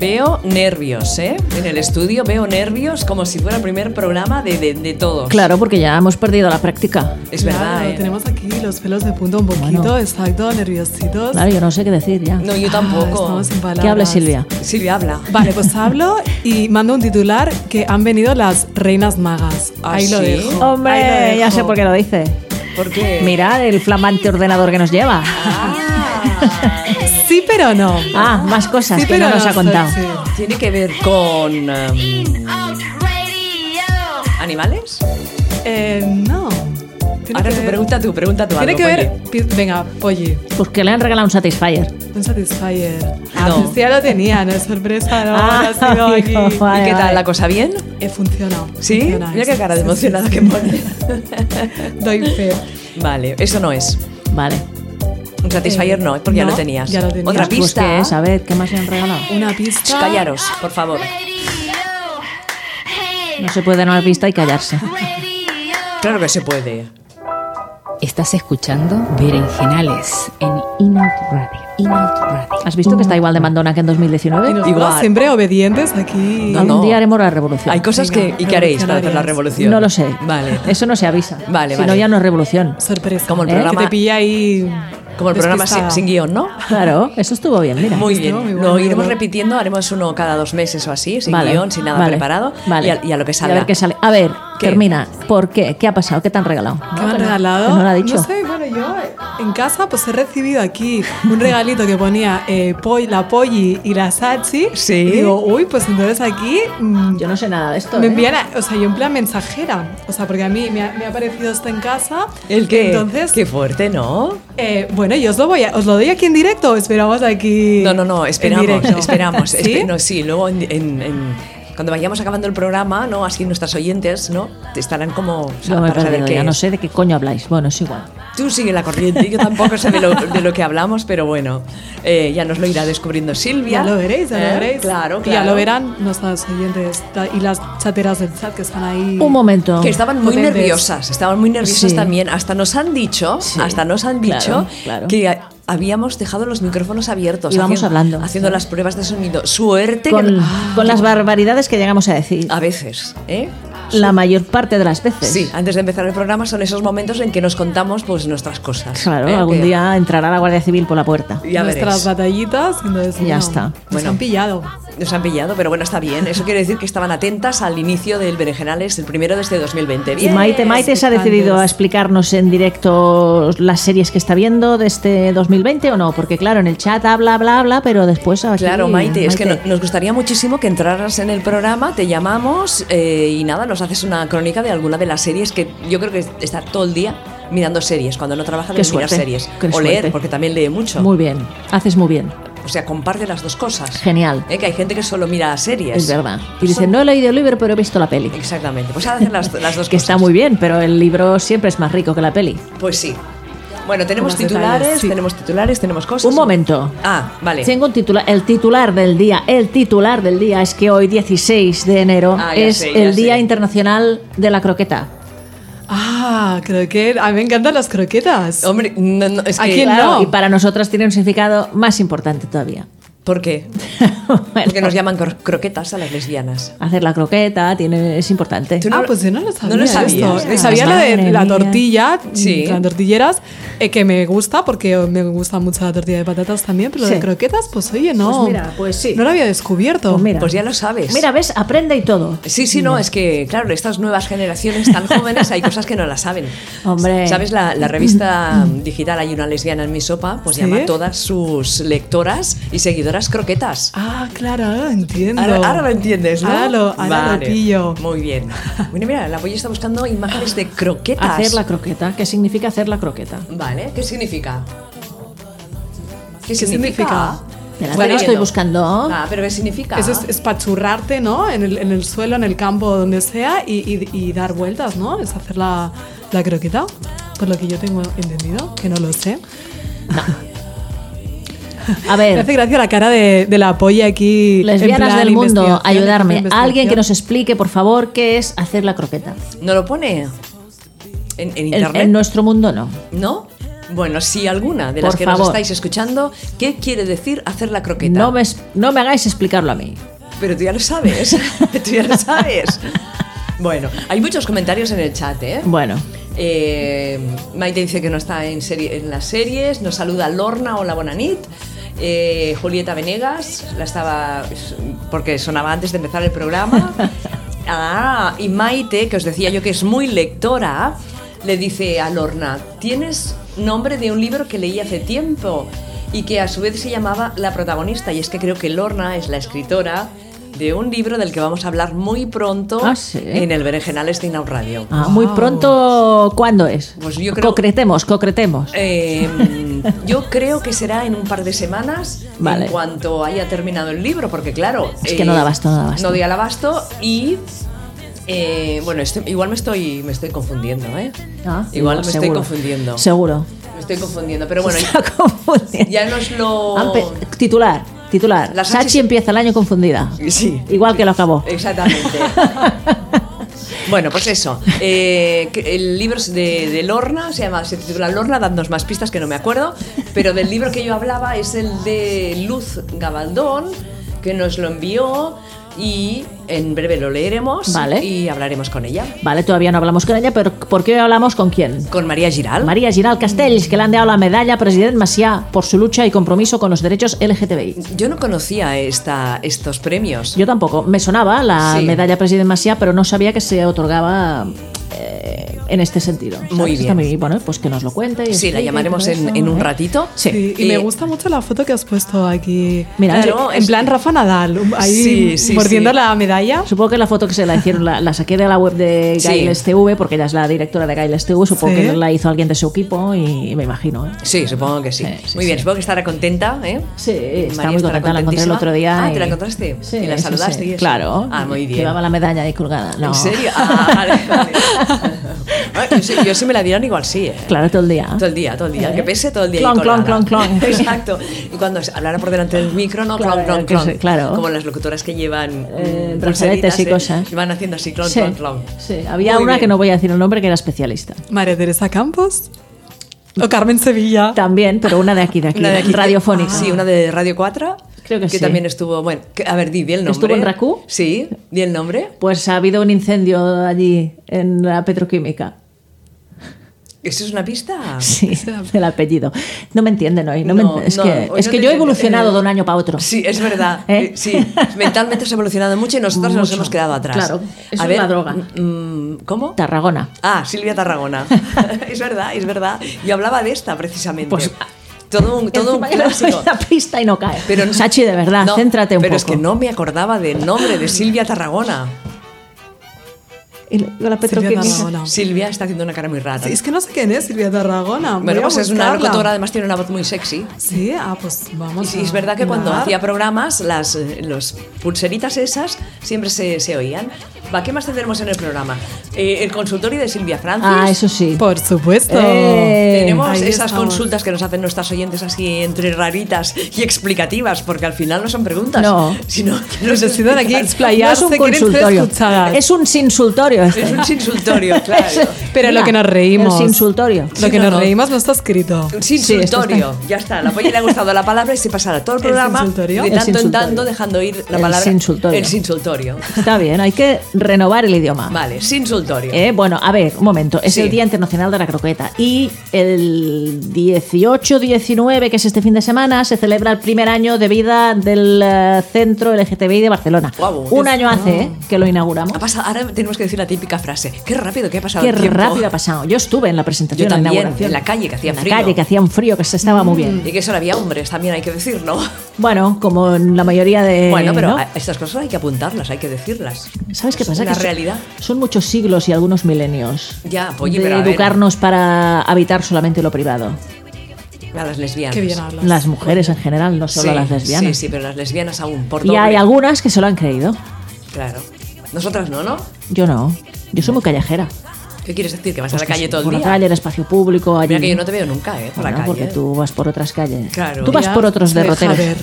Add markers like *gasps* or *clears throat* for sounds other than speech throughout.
Veo nervios, ¿eh? En el estudio veo nervios como si fuera el primer programa de, de, de todos. Claro, porque ya hemos perdido la práctica. Es Claro, verdad, ¿eh? Tenemos aquí los pelos de punta un poquito, Bueno. exacto, nerviositos. Claro, yo no sé qué decir ya. No, yo Ah, tampoco. estamos sin palabras. que hable Silvia. Silvia habla. Vale, pues hablo y mando un titular que han venido las reinas magas. ¿Ah, Ahí lo sí? dejo. ahí Hombre, lo ya sé dejo. por qué lo dice. Porque. *laughs* Mirad el flamante ordenador que nos lleva. Ah, Sí, pero no. Ah, más cosas sí, que no nos ha soy- contado. sí. tiene que ver con. em, ¿Animales? Eh, no. Tiene Ahora que tú ver- pregunta tú, pregunta tú. Tiene algo, que ver. oye. pi- Venga, Polly, Pues que le han regalado un Satisfyer. un Satisfyer. Ah, No. pues ya lo tenía, no es sorpresa, no. Ah, no ha *laughs* sido amigo, aquí. vale. ¿Y qué tal? ¿La cosa bien? Eh, funciona. ¿Sí? funciona, Mira qué cara de sí, sí, emocionada sí. que pone. Doy fe. Vale, eso no es. Vale. Un Satisfyer Eh, no, porque ya no, lo tenías. ya lo tenía. Otra Pues, pista. ¿qué es? A ver, ¿qué más le han regalado? Una pista. Sh, Callaros, por favor. No se puede dar vista y callarse. Claro que se puede. Estás escuchando Berenjenales en Inout Radio. Inout Radio. ¿Has visto que está igual de mandona que en Y 2019? nosotros Igual. siempre obedientes aquí. No, no. Un día haremos la revolución. Hay cosas que. Venga, ¿Y qué haréis para hacer la revolucionarias. revolución? No lo sé. Vale. Eso no se avisa. Vale, si no, vale. ya no es revolución. Sorpresa. Como el ¿eh? programa- Ah, Que te pilla ahí. Como el programa sin, despistada. sin guión, ¿no? Claro, eso estuvo bien, mira. Muy bien, muy bueno, lo muy iremos bueno. repitiendo, haremos uno cada dos meses o así, sin Vale, guión, sin nada vale, preparado, vale. y, a, y a lo que salga. a ver qué sale. A ver, ¿Qué? termina. ¿Por qué? ¿Qué ha pasado? ¿Qué te han regalado? que me han regalado. que no lo ha dicho. sé, bueno, yo eh, en casa pues he recibido aquí un regalito que ponía eh, Poi- la Polly y la Sachi. Sí. Y digo, uy, pues entonces aquí mm, Yo no sé nada de esto. me ¿eh? envían, a- o sea, yo en plan mensajera. O sea, porque a mí me ha, me ha aparecido esto en casa. El que, Entonces, qué fuerte, ¿no? eh, bueno, yo os lo, voy a- os lo doy aquí en directo. o Esperamos aquí. No, no, no, en esperamos, directo? esperamos. *laughs* *laughs* ¿Sí? espe- no, sí, luego en, en- en- cuando vayamos acabando el programa, ¿no? Así nuestras oyentes, ¿no? Te Estarán como o sea, Yo me he para saber perdido, qué ya no es. sé de qué coño habláis. Bueno, es igual. Tú sigue la corriente, yo tampoco sé de lo, de lo que hablamos, pero bueno, eh, ya nos lo irá descubriendo Silvia. Ya lo veréis, ya ¿Eh? lo veréis. Claro, Y claro. Ya lo verán nuestras oyentes ta- y las chateras del chat que están ahí. Un momento. Que estaban muy Potentes. nerviosas, estaban muy nerviosas Sí. también. Hasta nos han dicho, Sí, hasta nos han claro, dicho claro. que a- habíamos dejado los micrófonos abiertos. Íbamos haciendo- hablando. Haciendo las pruebas de sonido. Suerte que Con, no- con las barbaridades que llegamos a decir. A veces, ¿eh? La mayor parte de las veces. Sí, antes de empezar el programa son esos momentos en que nos contamos pues nuestras cosas. Claro, ¿eh? algún Que- día entrará la Guardia Civil por la puerta. Ya nuestras veréis. batallitas. Entonces, Ya está. Nos Bueno. han pillado. Nos han pillado, pero bueno, está bien. Eso quiere decir que estaban atentas al inicio del Berenjenales, el primero de este 2020. Y Bien. Maite, Maite se ha decidido a explicarnos en directo las series que está viendo de este 2020 o no, porque claro, en el chat habla, habla, habla, pero después aquí, Claro, Maite, es que no- nos gustaría muchísimo que entraras en el programa, te llamamos eh, y nada, nos haces una crónica de alguna de las series que yo creo que está todo el día mirando series, cuando no trabaja Qué de mirar suerte, series qué o leer, suerte. porque también lee mucho. Muy bien, haces muy bien, O sea, comparte las dos cosas. Genial. Eh, Que hay gente que solo mira series. es verdad. Y Pues dice, son- no he leído el libro, pero he visto la peli. Exactamente, pues ahora hacer las, las dos Que está cosas. muy bien, pero el libro siempre es más rico que la peli. Pues sí. Bueno, tenemos Con más detalles, titulares, sí. tenemos titulares, tenemos cosas. Un momento. Ah, vale. Tengo un titula- el titular del día. El titular del día es que hoy, 16 de enero, Ah, ya es sé, ya el Día sé. Internacional de la Croqueta. Ah, creo que. A mí me encantan las croquetas. Hombre, no, no, es ¿A que- quién Claro, no? y para nosotras tiene un significado más importante todavía. *laughs* ¿Por qué? Porque nos llaman cro- croquetas a las lesbianas. Hacer la croqueta tiene, es importante. Tú no Ah, lo- pues yo no lo sabía. no lo sabías. esto. Sabía lo Madre de la mía. tortilla, Sí. mm, las tortilleras, eh, que me gusta porque me gusta mucho la tortilla de patatas también, pero Sí. de croquetas, pues oye, no. Pues mira, pues sí. No lo había descubierto. Pues mira. Pues ya lo sabes. Mira, ves, aprende y todo. Sí, sí, no, es que, claro, estas nuevas generaciones *laughs* tan jóvenes hay cosas que no las saben. Hombre. ¿Sabes? La, la revista digital Hay una lesbiana en mi sopa, pues ¿Sí? llama a todas sus lectoras y seguidoras croquetas. Ah, claro, ahora lo entiendo. Ahora, ahora lo entiendes, ¿no? Ahora lo- ahora lo pillo. Muy bien. Bueno, mira, la Polly está buscando imágenes de croquetas. Hacer la croqueta. ¿Qué significa hacer la croqueta? Vale, ¿qué significa? ¿Qué, significa? Espera, que lo estoy buscando. Ah, pero ¿qué significa? Eso es, es pachurrarte, ¿no? En el, en el suelo, en el campo, donde sea, y, y- y dar vueltas, ¿no? Es hacer la, la croqueta, por lo que yo tengo entendido, que no lo sé. A Me ver, hace gracia la cara de, de la polla aquí. en lesbianas plan del mundo, investigación, ayudarme. investigación. Alguien que nos explique, por favor, qué es hacer la croqueta. ¿No lo pone en, en En, internet? en nuestro mundo no. ¿No? Bueno, si alguna de las Por que nos favor. estáis escuchando, ¿qué quiere decir hacer la croqueta? No me, es- no me hagáis explicarlo a mí. Pero tú ya lo *laughs* sabes, tú ya lo sabes. Bueno, hay muchos comentarios en el chat, ¿eh? Bueno, Eh, Maite dice que no está en, serie, en las series. Nos saluda Lorna, hola Bonanit. Eh, Julieta Venegas, la estaba. porque sonaba antes de empezar el *laughs* programa. Ah, y Maite, que os decía yo que es muy lectora, le dice a Lorna: Tienes nombre de un libro que leí hace tiempo y que a su vez se llamaba La protagonista. Y es que creo que Lorna es la escritora de un libro del que vamos a hablar muy pronto Ah, sí. en el Berenjenales de Inaud Radio. ah, muy Wow. pronto, ¿cuándo es? Pues yo creo- Concretemos, concretemos. Eh, yo creo que será en un par de semanas, Vale. en cuanto haya terminado el libro, porque claro... eh, Es que no da abasto, no da abasto. No doy al abasto y... eh, bueno, estoy- igual me estoy, me estoy confundiendo, ¿eh? Ah, igual no, me estoy seguro. confundiendo. Seguro. Me estoy confundiendo, pero *laughs* bueno, Se está confundiendo. ya nos lo... Han pe- Titular, titular. Las Sachi Sachis- empieza el año confundida. Sí, Eh. Igual que lo acabó. *laughs* Exactamente. bueno, pues eso. Eh, que el libro es de, de Lorna se llama, se titula Lorna, dadnos más pistas que no me acuerdo. Pero del libro que yo hablaba es el de Luz Gabaldón, que nos lo envió y en breve lo leeremos Vale. y hablaremos con ella. Vale, todavía no hablamos con ella, pero ¿por qué hoy hablamos con quién? Con María Giral. María Giral Castells, que le han dado la medalla a President Macià por su lucha y compromiso con los derechos LGTBI. yo no conocía esta, estos premios. Yo tampoco. Me sonaba la Sí. medalla President Macià, pero no sabía que se otorgaba eh, en este sentido. ¿sabes? Muy bien. Está muy- bueno, pues que nos lo cuente. y sí, explique la y llamaremos todo en, eso, en un ¿eh? ratito. Sí, y Eh, me gusta mucho la foto que has puesto aquí. Eh, Mira, Claro, en es- plan Rafa Nadal, un- ahí Sí, sí, mordiendo sí. la medalla. Supongo que la foto que se la hicieron la, la saqué de la web de Sí. Gailes TV, porque ella es la directora de Gailes TV. Supongo Sí. que la hizo alguien de su equipo y me imagino. ¿eh? Sí, supongo que sí. Sí, sí, Muy bien, sí. supongo que estará contenta, ¿eh? Sí, está María estará muy contenta. La encontré el contentísima. otro día. Ah, y- ¿te la encontraste? Sí, ¿Y la sí, saludaste sí. y eso? Claro. Ah, muy bien. Llevaba la medalla ahí colgada. No. ¿En *laughs* serio? Ah, vale, vale. Ah, Bueno, yo, sí, yo sí me la dieron igual sí, ¿eh? Claro, todo el día. Todo el día, todo el día, ¿Eh? que pese todo el día. ahí Clon, clon, colgada. clon, *laughs* clon. Exacto. Y cuando se hablara por delante del micro, no, Claro, clon, clon, que clon. sí, claro. Como las locutoras que llevan Eh, mm, brazaletes y pulseritas, ¿eh? cosas. Y van haciendo así, clon, Sí, clon, clon. sí. Había Muy una bien. que no voy a decir el nombre, que era especialista. María Teresa Campos o Carmen Sevilla. También, pero una de aquí, de aquí, Una de aquí que- radiofónica. Sí, una de Radio 4. Creo que sí. también estuvo, bueno, que- a ver, di, di el nombre. ¿Estuvo en RACU? Sí, di el nombre. Pues ha habido un incendio allí en la petroquímica. *laughs* ¿Eso es una pista? Sí, *laughs* el apellido. No me entienden hoy. No me No, ent- es no, que, hoy es no te que yo he entiendo. evolucionado Eh, de un año para otro. Sí, es verdad. *laughs* ¿Eh? Eh, Sí, mentalmente has evolucionado mucho y nosotros nos Mucho. hemos quedado atrás. Claro, eso es la droga. mm, ¿Cómo? Tarragona. Ah, Silvia *laughs* Tarragona. *laughs* es verdad, es verdad. Yo hablaba de esta precisamente. Pues- todo un, todo un Encima yo le doy clásico. *laughs* la pista y no cae. Pero, Sachi, de verdad, no, céntrate un pero poco. es que no me acordaba del nombre de Silvia Tarragona. Y la- la petroquímica. Tarragona. No. Silvia está haciendo una cara muy rara. Sí, es que no sé quién es Silvia Tarragona. voy bueno, a pues es una buscarla. locutora, además tiene una voz muy sexy. Sí, ah, pues Y vamos. sí, a es verdad Ah. que cuando mirar. hacía programas, las eh, los pulseritas esas siempre se, se oían. Va, ¿qué más tendremos en el programa? Eh, el consultorio de Silvia Francis. Ah, eso sí. Por supuesto. Eh, Tenemos ahí esas estamos. consultas que nos hacen nuestras oyentes así entre raritas y explicativas, porque al final no son preguntas, No. sino que nos Necesitan aquí explican. No explayarse, Pues es un quieren ser consultorio. escuchadas. Es un sinsultorio. este. Es un *laughs* insultorio, claro. Pero lo que nos reímos. El insultorio. Lo que Sí, no, nos no. reímos no está escrito. Un Sí, esto insultorio. ya está, la polla le ha gustado la palabra y se pasará todo el ¿El programa insultorio? de El tanto en insultorio. tanto dejando ir la El palabra. insultorio. El insultorio. Está bien, hay que renovar el idioma. Vale, insultorio. Eh, bueno, a ver, un momento. Es Sí. el Día Internacional de la Croqueta. Y el 18-19, que es este fin de semana, se celebra el primer año de vida del eh, Centro LGTBI de Barcelona. Guau, un Dios. Ah. año hace eh, que lo inauguramos. Ha pasado- ahora tenemos que decir la típica frase. Qué rápido que ha pasado Qué el tiempo. rápido ha pasado. Yo estuve en la presentación, Yo en la también, inauguración. en la calle, que hacía En la frío. Mm. calle, que hacía un frío, que se estaba muy bien. Y que solo había hombres, también hay que decirlo. Bueno, como en la mayoría de. bueno, pero Eh, ¿no? a- estas cosas hay que apuntarlas, hay que decirlas. ¿Sabes qué Es pasa? Una Que son- realidad. Son muchos siglos y algunos milenios. Ya, oye, de pero a ver. educarnos para habitar solamente lo privado. A las lesbianas. Qué bien hablas. Las mujeres en general, no solo Sí, las lesbianas. Sí, sí, pero las lesbianas aún, por y doble. hay algunas que se lo han creído. Claro. Nosotras no, ¿no? Yo no. Yo soy muy callejera. ¿Qué quieres decir? ¿Que vas a la Pues calle todo el por día? la calle, el espacio público, allí. Mira que yo no te veo nunca, ¿eh? Por Bueno, la calle. porque tú vas por otras calles. Claro. tú vas Ya, por otros deja derroteros. ver.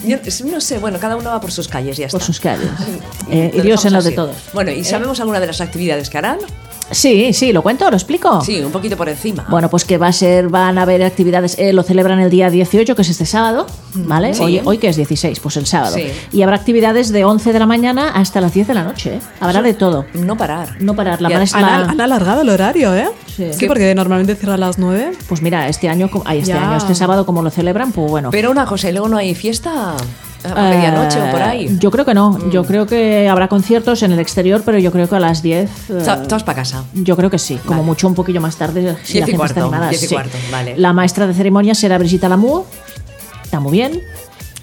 *laughs* Yo no sé, bueno, cada uno va por sus calles, ya está. Por sus calles. Eh, Lo y Dios dejamos en lo de así. todos. ¿Eh? Bueno, ¿y sabemos alguna de las actividades que harán? Sí, sí, lo cuento, lo explico. Sí, un poquito por encima. Oh. Bueno, pues que va a ser, van a haber actividades, eh, lo celebran el día 18, que es este sábado, ¿vale? Sí. Hoy, hoy que es 16, pues el sábado. Sí. Y habrá actividades de 11 de la mañana hasta las 10 de la noche, ¿eh? Habrá de todo. No parar. No parar, la Ya, manes- Han, la- han alargado el horario, ¿eh? Sí. Sí, porque normalmente cierra a las 9. Pues mira, este año, como- ay, este Ya. año, este sábado como lo celebran, pues bueno. Pero una cosa, y luego no hay fiesta a Eh, medianoche o por ahí. Mm. Yo creo que no. Yo creo que habrá conciertos en el exterior, pero yo creo que a las 10. eh, Chao- Chaos para casa. Yo creo que sí, como Vale. mucho un poquillo más tarde si la Diez y gente está cuarto, animada. diez y sí. cuarto, vale. La maestra de ceremonia será Brigitte Lamour, está muy bien.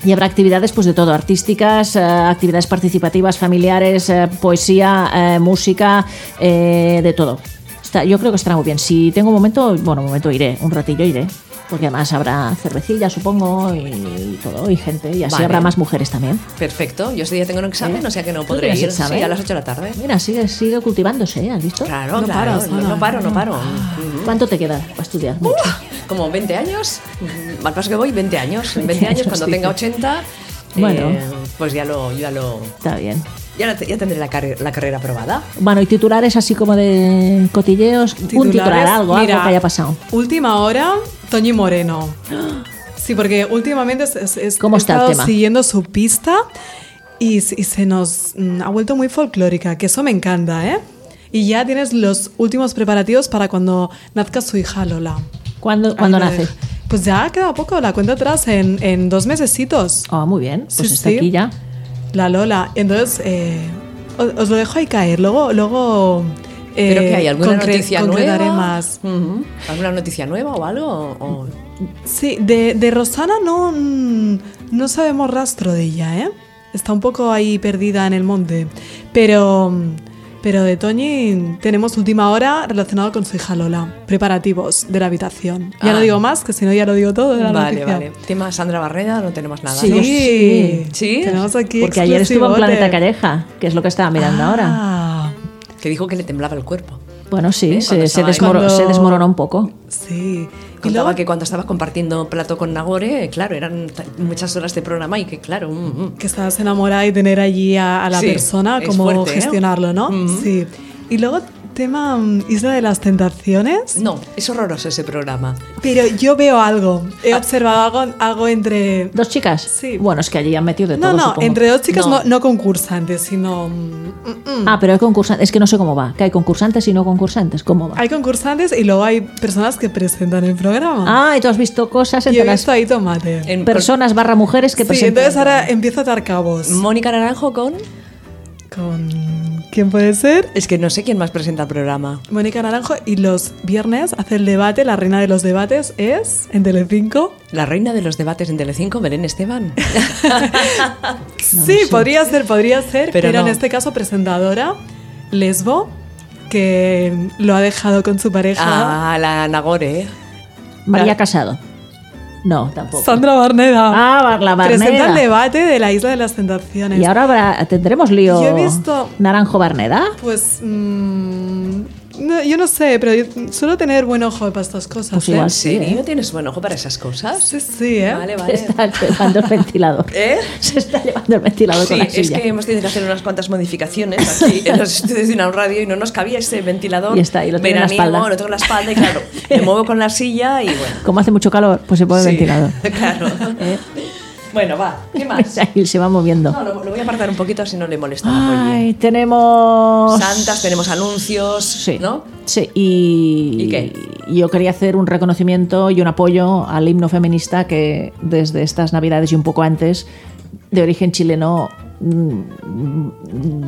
Y habrá actividades pues de todo, artísticas, eh, actividades participativas, familiares, eh, poesía, eh, música, eh, de todo. Está- yo creo que estará muy bien. Si tengo un momento, bueno, un momento iré, un ratillo iré. Porque además habrá cervecilla, supongo, y, y todo, y gente, y así Vale. habrá más mujeres también. Perfecto. Yo este día tengo un examen, ¿Eh? o sea que no ¿Tú podré tienes ir. examen? Sí, a las 8 de la tarde. Mira, sigue, sigue cultivándose, ¿eh? ¿has visto? Claro, No claro. paras, no, Ana. no paro, no paro. ¿Cuánto te queda para estudiar? Mucho. Como 20 años, al paso que voy, 20 *laughs* años. En 20 años, años, cuando sí. tenga 80, Bueno. eh, pues ya lo, ya lo, Está bien. ya, la- ya tendré la, carre- la carrera aprobada. Bueno, y titulares así como de cotilleos. un titular, algo, algo que haya pasado. Última hora, *gasps* Toñi Moreno. Sí, porque últimamente es, es- es- ¿Cómo he está el estado tema? siguiendo su pista y, s- y se nos mm, ha vuelto muy folclórica, que eso me encanta, ¿eh? Y ya tienes los últimos preparativos para cuando nazca su hija Lola. ¿Cuándo, Ahí cuándo lo nace? dejo. Pues ya queda poco, la cuenta atrás en, en dos mesecitos. Oh. Ah, muy bien. Pues Sí, está sí. aquí ya. La Lola. Entonces, eh, o- os, lo dejo ahí caer. Luego, luego. eh, Pero que hay alguna concre- noticia nueva. concretaré más. Ujú. ¿Alguna noticia nueva o algo? O- o- Sí, de, de Rosana no, mm, no sabemos rastro de ella, ¿eh? Está un poco ahí perdida en el monte. Pero, mm, pero de Toñi tenemos última hora relacionado con su hija Lola. Preparativos de la habitación. Ya Ah. no digo más, que si no ya lo digo todo. de la Vale, noticia. vale. Tema Sandra Barreda, no tenemos nada. Sí. ¿no? Sí, Sí. Tenemos aquí Porque ayer estuvo en exclusivote. Planeta Calleja, que es lo que estaba mirando ahora. Ah, Que dijo que le temblaba el cuerpo. Bueno, sí, Sí, cuando se, se estaba ahí. desmoro- Cuando- se desmoronó un poco. Sí. Y Contaba luego que cuando estabas compartiendo plato con Nagore, claro, eran t- muchas horas de programa y que claro, mm, mm. que estabas enamorada y tener allí a, a la Sí, persona, es cómo fuerte, ¿eh? Mm. gestionarlo, ¿no? Sí. Y luego tema mm, Isla de las Tentaciones. no, es horroroso ese programa. Pero yo veo algo, Ah. he observado algo, algo entre... ¿Dos chicas? Sí. Bueno, es que allí han metido de No, todo, no, supongo. entre dos chicas No. no, no concursantes, sino... mm, mm, mm. Ah, pero hay concursantes. Es que no sé cómo va. Que hay concursantes y no concursantes. ¿Cómo va? Hay concursantes y luego hay personas que presentan el programa. Ah, y tú has visto cosas y entre he las visto ahí tomate. En- personas barra mujeres que Sí, presentan. entonces ahora empiezo a atar cabos. Mónica Naranjo con... Con... ¿Quién puede ser? Es que no sé quién más presenta el programa. Mónica Naranjo y los viernes hace el debate, la reina de los debates es en Telecinco. La reina de los debates en Telecinco, Belén Esteban. sí, podría ser, podría ser, Pero pero, no. en este caso presentadora lesbo que lo ha dejado con su pareja ah, la Nagore. María Casado. No, tampoco. Sandra Barneda. Ah, la Barneda. Presenta el debate de la Isla de las Tentaciones. Y ahora habrá- tendremos lío. Yo he visto- Naranjo Barneda. Pues mm, no, yo no sé, pero yo suelo tener buen ojo para estas cosas. Pues ¿eh? igual ¿En Sí, serio? ¿Tienes buen ojo para esas cosas? Sí, sí, ¿eh? Vale, Se vale. *laughs* está llevando *laughs* el ventilador. ¿Eh? Se está llevando el ventilador con Sí, la es silla. que hemos tenido que hacer unas cuantas modificaciones *laughs* aquí en los estudios de una radio y no nos cabía ese ventilador. Y está ahí, lo tengo en la veraniego, espalda. Lo tengo en la espalda y claro, me muevo con la silla y bueno. *laughs* Como hace mucho calor, pues se pone sí, el ventilador. *laughs* *laughs* ¿Eh? Claro. Bueno, va, ¿qué más? Y se va moviendo. No, lo, lo voy a apartar un poquito si no le molesta. a la Polly. Ay, tenemos. Santas, tenemos anuncios, Sí. ¿no? Sí, y, ¿Y qué? yo quería hacer un reconocimiento y un apoyo al himno feminista que desde estas navidades y un poco antes, de origen chileno, mm,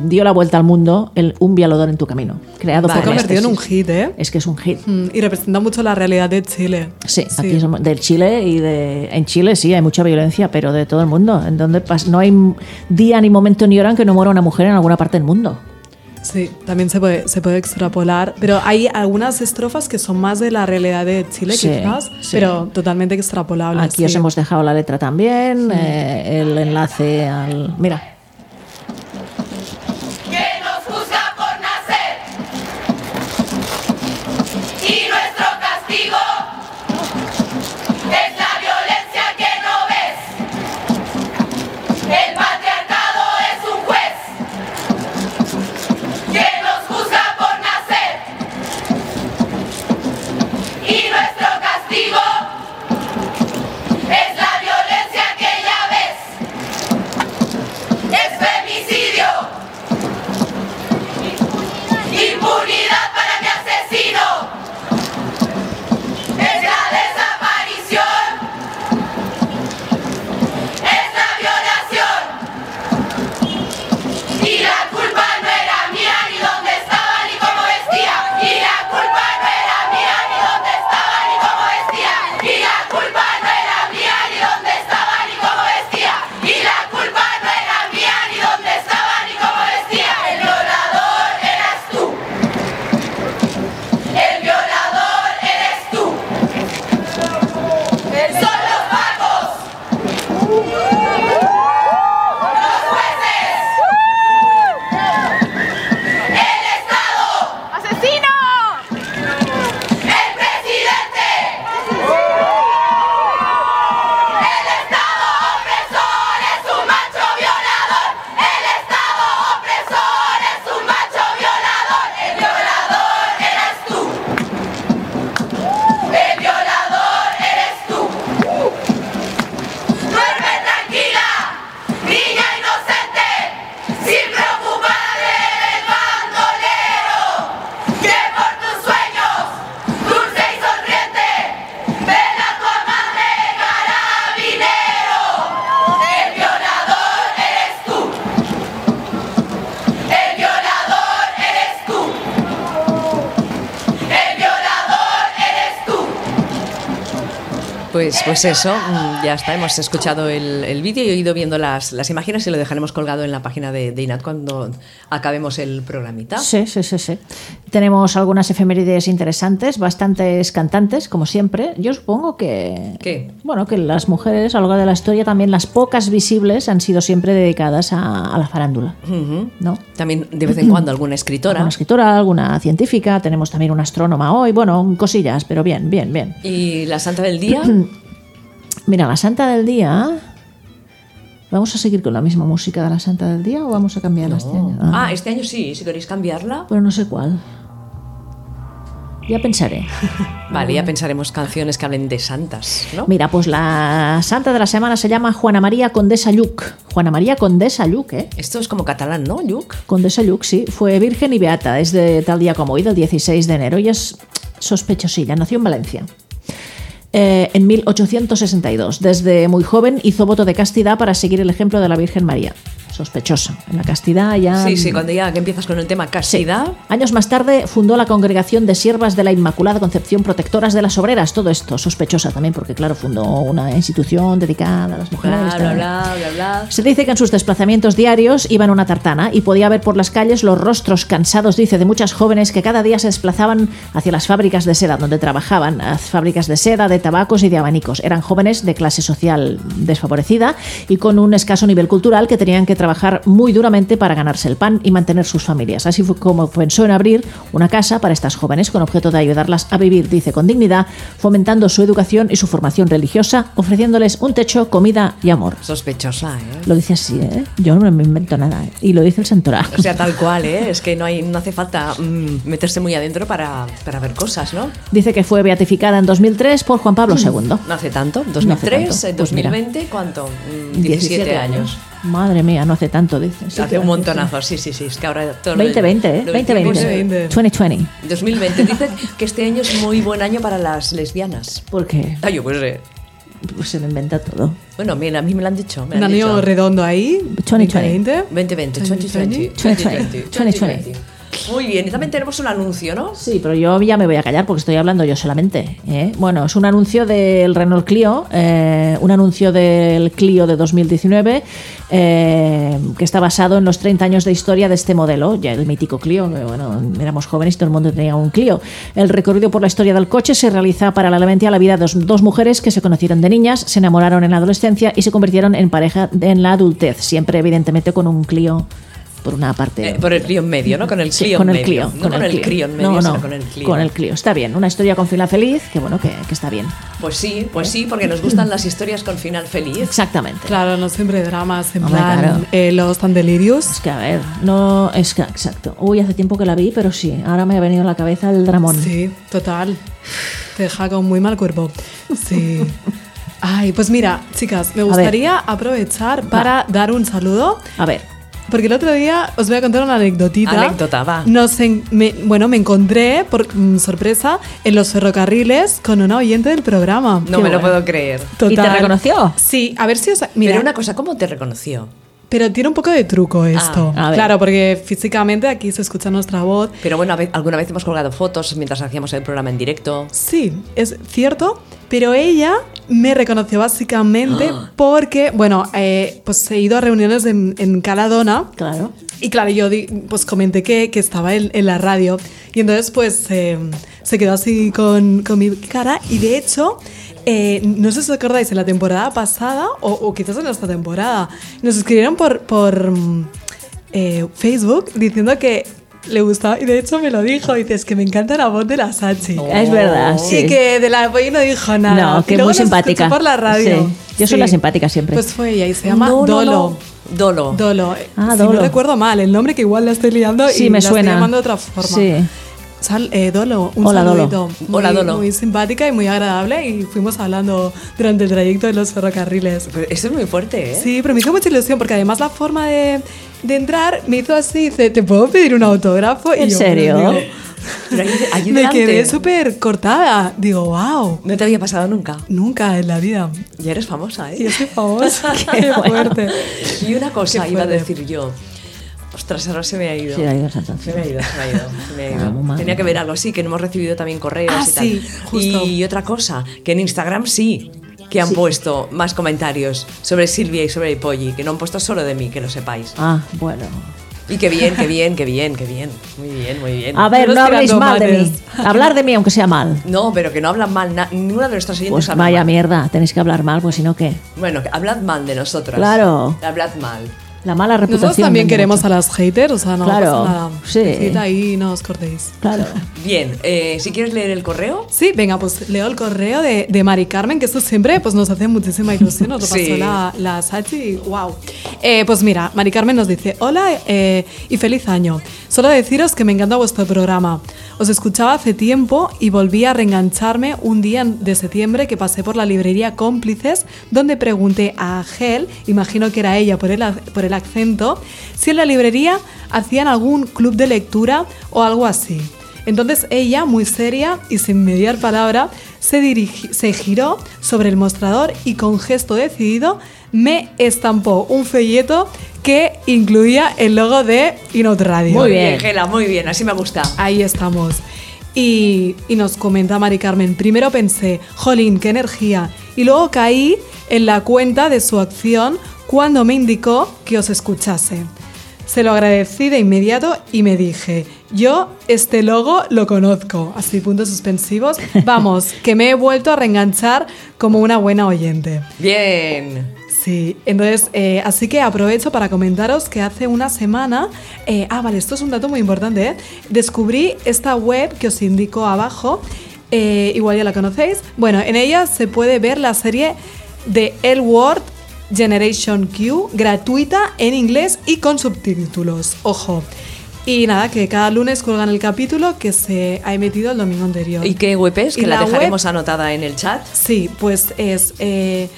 dio la vuelta al mundo el Un Vialodor en tu camino, creado Vale. Se ha por convertido en un Anestesis. hit, ¿eh? Es que es un hit. Mm, Y representa mucho la realidad de Chile. Sí, aquí somos del Chile y de en Chile sí hay mucha violencia, pero de todo el mundo. En donde pas- no hay m- día ni momento ni hora en que no muera una mujer en alguna parte del mundo. Sí, también se puede, se puede extrapolar, pero hay algunas estrofas que son más de la realidad de Chile, Sí, quizás, sí. pero totalmente extrapolables. Aquí os sí. hemos dejado la letra también, eh, el enlace al mira. que nos juzga por nacer. Y nuestro castigo es la violencia que no ves. El patriarcado es un juez que nos juzga por nacer. Pues, pues eso, mm, ya está, hemos escuchado el, el vídeo y he ido viendo las, las imágenes y lo dejaremos colgado en la página de, de INAT cuando acabemos el programita. Sí, sí, sí, sí. Tenemos algunas efemérides interesantes, bastantes cantantes, como siempre. Yo supongo que. ¿Qué? Bueno, que las mujeres, a lo largo de la historia, también las pocas visibles han sido siempre dedicadas a, a la farándula. ¿No? También de vez en cuando alguna escritora. Alguna escritora, alguna científica, tenemos también una astrónoma hoy, bueno, cosillas, pero bien, bien, bien. Y la santa del *clears throat* día, Mira, la santa del día. ¿Vamos a seguir con la misma música de la santa del día o vamos a cambiarla este año? ah, este año sí, si queréis cambiarla, Pero no sé cuál. Ya pensaré. vale, Mm. ya pensaremos canciones que hablen de santas, ¿no? Mira, pues la santa de la semana se llama Juana María Condesa Lluc. Juana María Condesa Lluc, ¿eh? Esto es como catalán, ¿no, Luke? Condesa Lluc, sí. Fue virgen y beata. Es de tal día como hoy, del 16 de enero. Y es sospechosilla. Nació en Valencia. Eh, en 1862. Desde muy joven hizo voto de castidad para seguir el ejemplo de la Virgen María. Sospechosa. En la castidad ya. mm. Sí, sí, cuando ya que empiezas con el tema castidad, Años más tarde fundó la Congregación de Siervas de la Inmaculada Concepción Protectoras de las Obreras. Todo esto sospechosa también, porque claro, fundó una institución dedicada a las mujeres. bla, bla, tal. bla, bla, bla. Se dice que en sus desplazamientos diarios iban a una tartana y podía ver por las calles los rostros cansados, dice, de muchas jóvenes que cada día se desplazaban hacia las fábricas de seda donde trabajaban, las fábricas de seda, de tabacos y de abanicos. Eran jóvenes de clase social desfavorecida y con un escaso nivel cultural que tenían que trabajar muy duramente para ganarse el pan y mantener sus familias. Así fue como pensó en abrir una casa para estas jóvenes con objeto de ayudarlas a vivir, dice, con dignidad, fomentando su educación y su formación religiosa, ofreciéndoles un techo, comida y amor. Sospechosa, ¿eh? Lo dice así, ¿eh? Yo no me invento nada. ¿eh? Y lo dice el santoral. O sea, tal cual, ¿eh? Es que no, hay, no hace falta mm, meterse muy adentro para, para ver cosas, ¿no? *laughs* dice que fue beatificada en 2003 por Juan Pablo II. No hace tanto, No hace 2003, tanto. eh, Pues mira. 2020, ¿cuánto? Mm, 17, años. Madre mía, no hace tanto, dice. Sí, hace un montonazo, sí, sí, sí. Es que ahora todo lo- 2020, ¿eh? lo 2020. 2020. 2020. 2020. Dice que este año es muy buen año para las lesbianas. Porque Ah, yo pues eh, pues, se lo inventa todo. Bueno, mira, a mí me lo han dicho. Me Un lo han anillo dicho. redondo ahí. 2020. 2020, 2020, 2020, 2020. Muy bien, y también tenemos un anuncio, ¿no? Sí, pero yo ya me voy a callar porque estoy hablando yo solamente. ¿eh? Bueno, es un anuncio del Renault Clio, eh, un anuncio del Clio de 2019 eh, que está basado en los 30 años de historia de este modelo, ya el mítico Clio, que, bueno, éramos jóvenes y todo el mundo tenía un Clio. El recorrido por la historia del coche se realiza paralelamente a la vida de dos, dos mujeres que se conocieron de niñas, se enamoraron en la adolescencia y se convirtieron en pareja en la adultez, siempre evidentemente con un Clio por una parte. Eh, por el Clio en medio, ¿no? Con el Sí, Clio con en el medio. Clio. No con el Clio en medio, No, sino no, con el Clio. Está bien. Una historia con final feliz, que bueno, que, que está bien. Pues sí, pues sí, porque nos gustan las historias con final feliz. Exactamente. Claro, no siempre dramas en Hombre, plan claro. eh, los tan delirios. Es que a ver, no es que exacto. Uy, hace tiempo que la vi, pero sí. Ahora me ha venido a la cabeza el dramón. Sí, total. Te deja con muy mal cuerpo. *laughs* Sí. Ay, pues mira, chicas, me ver. gustaría aprovechar para dar un saludo A ver, Porque el otro día os voy a contar una anecdotita. Anécdota, va. Nos en- me- bueno, me encontré, por mm, sorpresa, en los ferrocarriles con una oyente del programa. No me lo puedo creer. Total. ¿Y te reconoció? Sí, a ver si os... Mira, Pero una Ah, cosa, ¿cómo te reconoció? pero tiene un poco de truco esto. a ver. claro, porque físicamente aquí se escucha nuestra voz. Pero bueno, a ve- alguna vez hemos colgado fotos mientras hacíamos el programa en directo. Sí, es cierto, pero ella me *gasps* reconoció básicamente porque, bueno, eh, pues he ido a reuniones en, en Caladona. claro. Y claro, yo di- pues comenté que, que estaba en, en la radio y entonces pues eh, se quedó así con, con mi cara y de hecho, eh, no sé si os acordáis, en la temporada pasada o, o quizás en esta temporada, nos escribieron por, por mm, eh, Facebook diciendo que le gustaba y de hecho me lo dijo, dices que me encanta la voz de la Sachi. Es verdad. Oh. Sí, Oh, Sí. que de la apoyo no dijo nada. No, que Y muy luego nos escuchó simpática. Por la radio. Sí. Yo soy la simpática siempre. Pues fue ella y se llama No, no, Dolo. no. Dolo. Dolo. Ah, si Dolo. no recuerdo mal el nombre, que igual la estoy liando Sí, y me la suena. estoy llamando de otra forma. Sí. Sal, eh, Dolo, un Hola, Dolo. saludito. Muy, Hola, Dolo. Muy simpática y muy agradable y fuimos hablando durante el trayecto de los ferrocarriles. Pero Pues Eso es muy fuerte, ¿eh? Sí, pero me hizo mucha ilusión porque además la forma de, de entrar me hizo así, dice, ¿te puedo pedir un autógrafo? Y ¿En yo, serio? bueno, digo, Pero ahí- ahí me delante. quedé súper cortada. Digo, wow, No te había pasado nunca. nunca en la vida. *laughs* Ya eres famosa, ¿eh? Y *laughs* ese famoso, qué fuerte. Y una cosa Qué iba a fuerte. decir yo. Ostras, ahora se me ha ido. Sí, ahí vas a Se me ha ido, se me ha ido, se me ha ido. Ah, muy mal. Tenía que ver algo, sí, que no hemos recibido también correos Ah, y tal. sí, justo. Y otra cosa, que en Instagram sí. que han puesto más comentarios sobre Silvia y sobre Polly, que no han puesto solo de mí, que lo sepáis. Ah, bueno. Y que bien, que bien, que bien, que bien. Muy bien, muy bien. A ver, Yo los no habléis tirando mal de mí. mates. Hablar de mí, aunque sea mal. No, pero que no hablan mal, na- ninguna de nuestras oyentes Pues habla vaya mal. mierda, tenéis que hablar mal, pues si no, ¿qué? Bueno, que hablad mal de nosotras. Claro. Hablad mal. La mala reputación. Nosotros también vende queremos mucho. a las haters, o sea, no Claro, pasa nada. sí. Decid ahí no os cortéis. Claro. Bien, eh, si quieres leer el correo. Sí, venga, pues leo el correo de, de Mari Carmen, que esto siempre pues, nos hace muchísima ilusión. Nos lo pasó Sí. la, la Sachi y wow. Eh, pues mira, Mari Carmen nos dice: Hola eh, y feliz año. Solo deciros que me encanta vuestro programa. Os escuchaba hace tiempo y volví a reengancharme un día de septiembre que pasé por la librería Cómplices, donde pregunté a Gel, imagino que era ella por el, ac- por el acento, si en la librería hacían algún club de lectura o algo así. Entonces ella, muy seria y sin mediar palabra, se, dirigi- se giró sobre el mostrador y con gesto decidido me estampó un folleto que incluía el logo de Inot Radio. Muy bien. Gela, muy bien, así me gusta. Ahí estamos. Y, y nos comenta Mari Carmen, primero pensé, jolín, qué energía. Y luego caí en la cuenta de su acción cuando me indicó que os escuchase. Se lo agradecí de inmediato y me dije, yo este logo lo conozco. Así, puntos suspensivos. Vamos, que me he vuelto a reenganchar como una buena oyente. Bien. Sí, entonces, eh, así que aprovecho para comentaros que hace una semana, eh, ah, vale, esto es un dato muy importante, ¿eh? descubrí esta web que os indico abajo, eh, igual ya la conocéis, bueno, en ella se puede ver la serie de El Word Generation Q, gratuita en inglés y con subtítulos, ojo. Y nada, que cada lunes cuelgan el capítulo que se ha emitido el domingo anterior. ¿Y qué web es? Y Que la, la web- dejaremos anotada en el chat. Sí, pues es eh,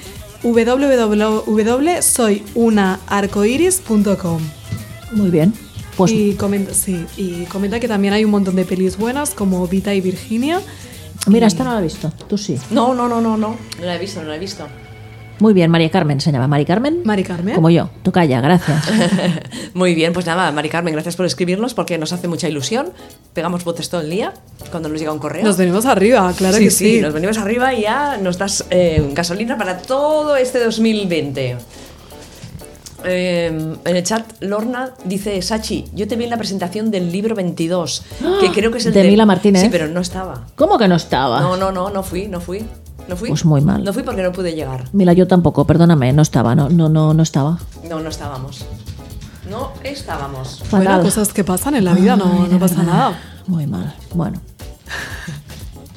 www.soyunaarcoiris.com Muy bien. Pues y, comenta, sí, y comenta que también hay un montón de pelis buenas como Vita y Virginia. mira, esta no la he visto. Tú sí. No, no, no, no, no. No la he visto, no la he visto. *laughs* Muy bien, María Carmen se llama. María Carmen. Mari Carmen. Como yo. Tú calla, gracias. *laughs* Muy bien, pues nada, Mari Carmen, gracias por escribirnos porque nos hace mucha ilusión. Pegamos botes todo el día cuando nos llega un correo. Nos venimos arriba, claro sí, que sí, sí. nos venimos arriba y ya nos das eh, gasolina para todo este 2020. Eh, en el chat, Lorna dice, Sachi, yo te vi en la presentación del libro 22, que creo que es el ¡Ah! De del- Mila Martínez. Sí, pero no estaba. ¿Cómo que no estaba? No, no, no, no fui, no fui. No fui. Pues muy mal. No fui porque no pude llegar. Mira, yo tampoco, perdóname, no estaba, no, no, no, no estaba. No, no estábamos. No estábamos. Bueno, Fatal. cosas que pasan en la vida, no, Ay, de no pasa verdad. nada. Muy mal. Bueno.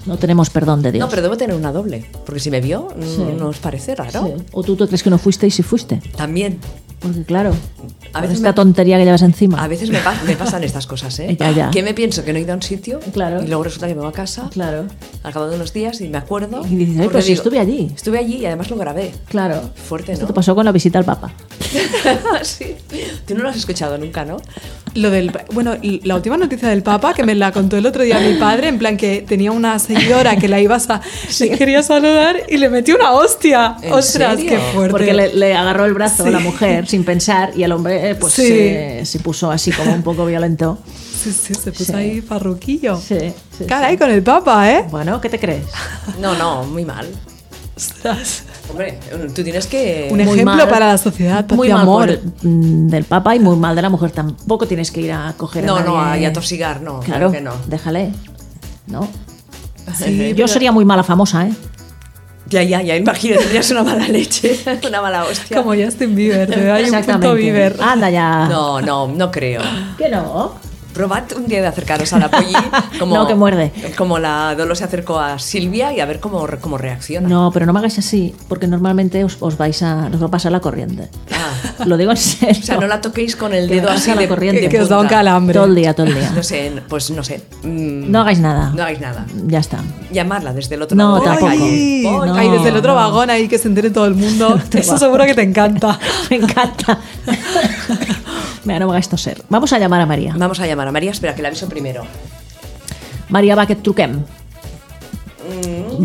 No tenemos perdón de Dios. No, pero debo tener una doble, porque si me vio, n- ¿no os parece raro? Sí. ¿O tú te crees que no fuiste y si fuiste? También. Porque claro, A a veces esta me- tontería que llevas encima. A veces me, pa- me pasan estas cosas, ¿eh? Ya, ya. Que me pienso que no he ido a un sitio Claro. y luego resulta que me voy a casa, Claro, al cabo de unos días y me acuerdo. Y dices, "Ay, porque pues sí, estuve allí". Estuve allí y además lo grabé. claro. Fuerte, Esto ¿no? te pasó con la visita al Papa. *laughs* sí. Tú no lo has escuchado nunca, ¿no? Lo del, bueno, y la última noticia del Papa que me la contó el otro día mi padre, en plan que tenía una seguidora que la ibas a, le quería saludar y le metió una hostia. ¿En Ostras, serio? qué fuerte. Porque le, le agarró el brazo a la Sí. mujer sin pensar y el hombre eh, pues Sí. se, se puso así como un poco violento. Sí, sí, se puso Sí. ahí farruquillo. Sí, sí, sí. Caray, con el papa, ¿eh? Bueno, ¿qué *laughs* te crees? No, no, muy mal. Ostras. Hombre, tú tienes que. Un Muy ejemplo mal. para la sociedad, paz muy y mal amor. por- mm, del papa y muy mal de la mujer. Tampoco tienes que ir a coger No, a no, nadie. y a tosigar, no. Claro, Claro, que no. déjale. No. Sí, Yo sería muy mala famosa, ¿eh? *laughs* Ya, ya, ya, imagínate, tendrías una mala leche, *laughs* una mala hostia. Como Justin Bieber, te da ahí un punto Bieber. Anda ya. No, no, no creo. Que no. Probad un día de acercaros a la *laughs* Polly como, No, que muerde. como la Dolo se acercó a Silvia y a ver cómo, cómo reacciona. No, pero no me hagáis así, porque normalmente os, os vais a, nos va a pasar la corriente. Ah, Lo digo en serio. *laughs* o sea, no la toquéis con el Que dedo me así pasa la de corriente. de Que os da un punta. calambre. Todo el día, todo el día. *laughs* No sé, pues no sé. Mm, No hagáis nada. No hagáis nada. Ya está. Llamarla desde el otro No, lado de la tampoco. calle. Ay, Oh, no. ay, desde el otro vagón ahí que se entere todo el *laughs* mundo. Eso seguro que te encanta. Me encanta. Mira, no me hagáis toser. Vamos a llamar a María. Vamos a llamar a María, espera que la aviso primero. María va que truquem.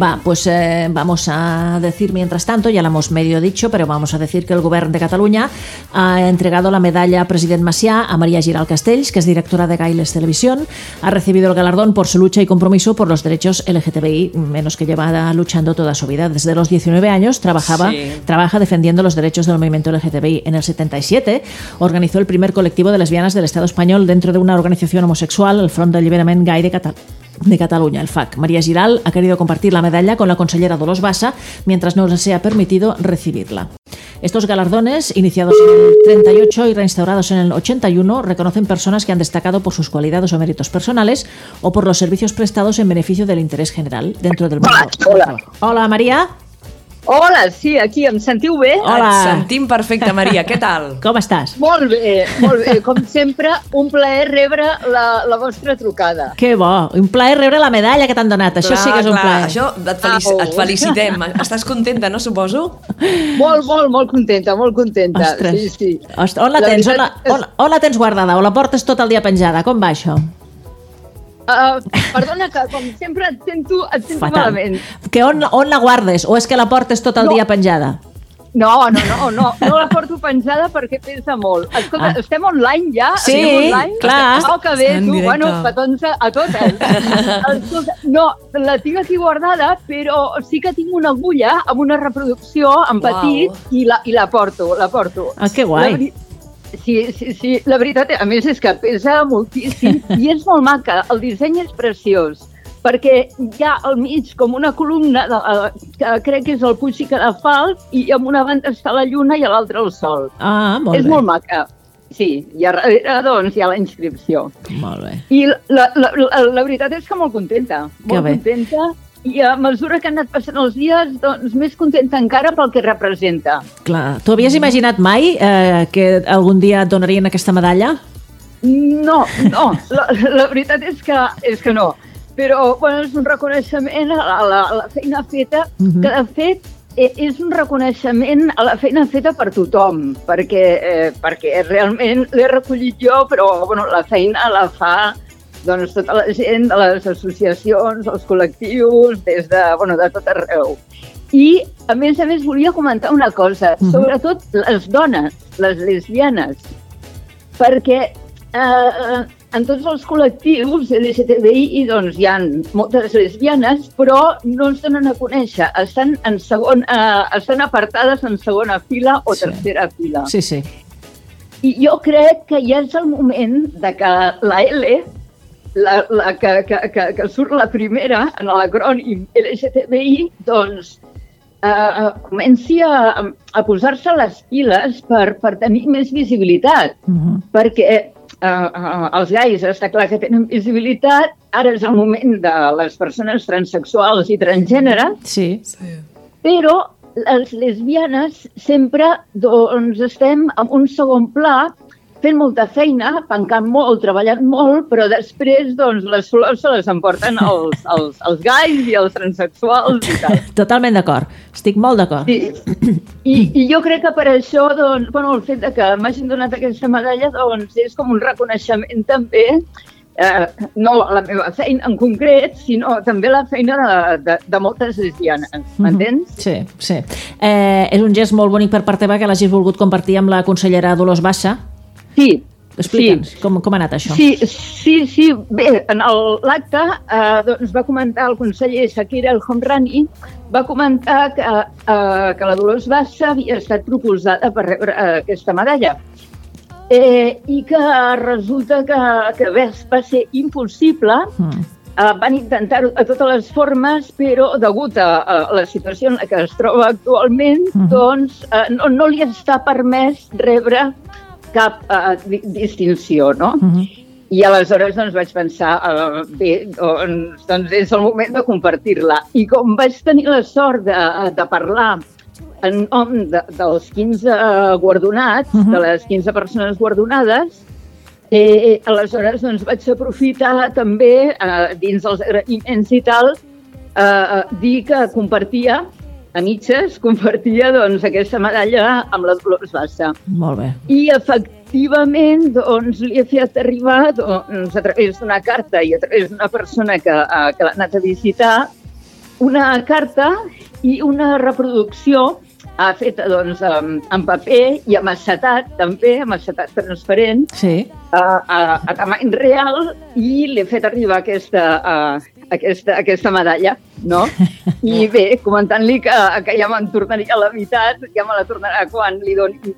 Va, pues eh, vamos a decir, mientras tanto, ya lo hemos medio dicho, pero vamos a decir que el Govern de Catalunya ha entregado la medalla President Macià a María Giral Castells, que es directora de Gailes Televisión. Ha recibido el galardón por su lucha y compromiso por los derechos LGTBI, menos que llevada luchando toda su vida. Desde los 19 años trabajaba, Sí. trabaja defendiendo los derechos del movimiento LGTBI. En el 77 organizó el primer colectivo de lesbianas del Estado español dentro de una organización homosexual, el Front d'Alliberament Gay de Catalunya de Cataluña, el FAC. María Giral ha querido compartir la medalla con la consellera Dolors Bassa mientras no le sea permitido recibirla. Estos galardones, iniciados en el 38 y reinstaurados en el 81, reconocen personas que han destacado por sus cualidades o méritos personales o por los servicios prestados en beneficio del interés general dentro del mundo. del Hola. trabajo. Hola, María. Hola, sí, aquí em sentiu bé? Oh. Et Hola. sentim perfecte, Maria. Què *laughs* tal? ¿Cómo estás? Molt bé, molt bé. Com sempre, un plaer rebre la, la vostra trucada. Qué bo. Un plaer rebre la medalla que t'han donat. Això sí que és un plaer. Això et, felici Au. et felicitem. Estàs contenta, no, suposo? Molt, molt, molt contenta, molt contenta. Ostres. Sí, sí. Ost- On la, tens? On la, veritat és- on, on la tens guardada? O la portes tot el dia penjada? Com va això? Ah, perdona, que com sempre et sento, et sento malament. Que on, on la guardes? O és que la portes tot el No. dia penjada? No, no, no, no, no la porto penjada perquè pesa molt. Escolta, Ah. ah. estem online ja? Sí, estem online? clar. Oh, que bé, Estem en tu, directe. bueno, petons a, a totes. Escolta, no, la tinc aquí guardada, però sí que tinc una agulla amb una reproducció en Uau. petit i la, i la porto, la porto. Ah, que guai. La veri- Sí, sí, sí, la veritat, a més és que pesa *laughs* moltíssim i és molt maca, el disseny és preciós perquè hi ha al mig com una columna de, eh, que crec que és el Puig i Cadafalc i amb una banda està la lluna i a l'altra el sol. Ah, molt és bé. molt maca. Sí, i a darrere, doncs, hi ha la inscripció. Molt bé. I la, la, la, la veritat és que molt contenta, molt bé. contenta. I a mesura que han anat passant els dies, doncs més contenta encara pel que representa. Clar. Tu havies imaginat mai eh, que algun dia et donarien aquesta medalla? No, no, la, la veritat és que, és que no. Però bueno, és un reconeixement a la, a la, a la feina feta, Mhm. que de fet eh, és un reconeixement a la feina feta per tothom, perquè, eh, perquè realment l'he recollit jo, però bueno, la feina la fa doncs, tota la gent de les associacions, els col·lectius, des de, bueno, de tot arreu. I, a més a més, volia comentar una cosa, Mhm. sobretot les dones, les lesbianes, perquè eh, en tots els col·lectius LGTBI doncs, hi ha moltes lesbianes, però no es donen a conèixer. Estan, en segon, eh, estan apartades en segona fila o Sí. sí. tercera fila. Sí, sí. I jo crec que ja és el moment de que la L, la, la que, que, que, que surt la primera en l'acrònim LGTBI, doncs eh, comenci a, a posar-se les piles per, per tenir més visibilitat Mhm. perquè eh, eh, els gais està clar que tenen visibilitat, ara és el moment de les persones transsexuals i transgènere, Sí. *laughs* Sí. però les lesbianes sempre doncs, estem en un segon pla fent molta feina, pencant molt, treballant molt, però després doncs, les flors se les emporten els, els, els gais i els transsexuals i tal. Totalment d'acord. Estic molt d'acord. Sí. I, I jo crec que per això, doncs, bueno, el fet de que m'hagin donat aquesta medalla doncs, és com un reconeixement també, eh, no a la meva feina en concret, sinó també la feina de, de, de moltes lesbianes, Mhm. m'entens? Sí, sí. Eh, és un gest molt bonic per part teva que l'hagis volgut compartir amb la consellera Dolors Bassa. Sí. Explica'ns com, com ha anat això. Sí, sí, sí. Bé, en el- l'acte eh, doncs va comentar el conseller Shakira El Homrani, va comentar que, eh, que la Dolors Bassa havia estat proposada per rebre eh, aquesta medalla. Eh, I que resulta que, que bé, va ser impossible Mm. eh, van intentar-ho de totes les formes, però degut a, a la situació en la que es troba actualment, Mhm. doncs eh, no, no li està permès rebre cap eh, di- distinció, no? Mhm. I aleshores doncs, vaig pensar, eh, bé, doncs, doncs és el moment de compartir-la. I com vaig tenir la sort de, de parlar en nom de, dels 15 guardonats, uh Mhm. -huh. de les 15 persones guardonades, eh, aleshores doncs, vaig aprofitar també, eh, dins dels agraïments i tal, eh, dir que compartia, a mitges, compartia doncs, aquesta medalla amb la Dolors Bassa. Molt bé. I efectivament, doncs, li he fet arribar doncs, a través d'una carta i a través d'una persona que, eh, que l'ha anat a visitar, una carta i una reproducció eh, feta doncs, amb, amb paper i amb acetat, també, amb acetat transparent, Sí. a, a, a tamany real i l'he fet arribar aquesta, a, aquesta, aquesta medalla, no? I bé, comentant-li que, que ja me'n tornaria a la meitat, ja me la tornarà quan li donin,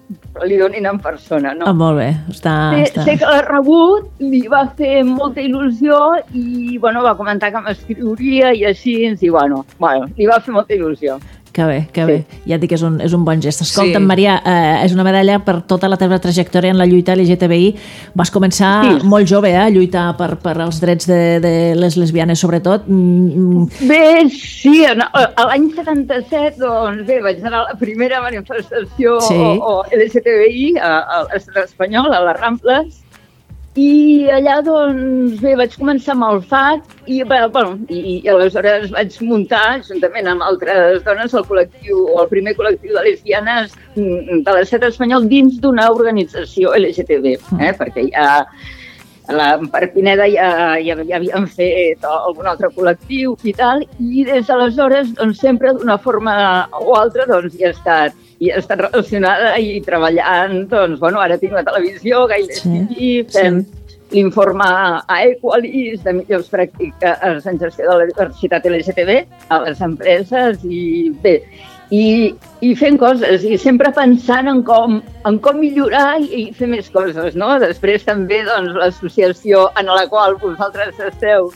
li donin en persona, no? Ah, molt bé. Està, sé, està. sé que l'ha rebut, li va fer molta il·lusió i bueno, va comentar que m'escriuria i així, i bueno, bueno, li va fer molta il·lusió. Que bé, que bé. Ja et dic que és un, és un bon gest. Escolta'm, Sí. Maria, eh, és una medalla per tota la teva trajectòria en la lluita LGTBI. Vas començar Sí. molt jove eh, a lluitar per, per els drets de, de les lesbianes, sobretot. Mm, Bé, sí, en- a l'any 77, doncs bé, vaig anar a la primera manifestació Sí. sí. o, o LGTBI a, a l'estat espanyol, a les Rambles, i allà, doncs, bé, vaig començar amb el FAT i, bé, bueno, i, i aleshores vaig muntar, juntament amb altres dones, el col·lectiu, o el primer col·lectiu de lesbianes mm, de l'estat espanyol dins d'una organització LGTB, eh? perquè ja a la per Pineda ja, ja, ja havíem fet algun altre col·lectiu i tal, i des d'aleshores doncs, sempre d'una forma o altra doncs, hi he estat i he estat relacionada i treballant, doncs, bueno, ara tinc la televisió, gaire Sí, sí, i fem sí. l'informe a Equalis de millors pràctiques en gestió de la diversitat LGTB a les empreses i bé, i, i fent coses, i sempre pensant en com, en com millorar i, i fer més coses, no? Després també doncs, l'associació en la qual vosaltres esteu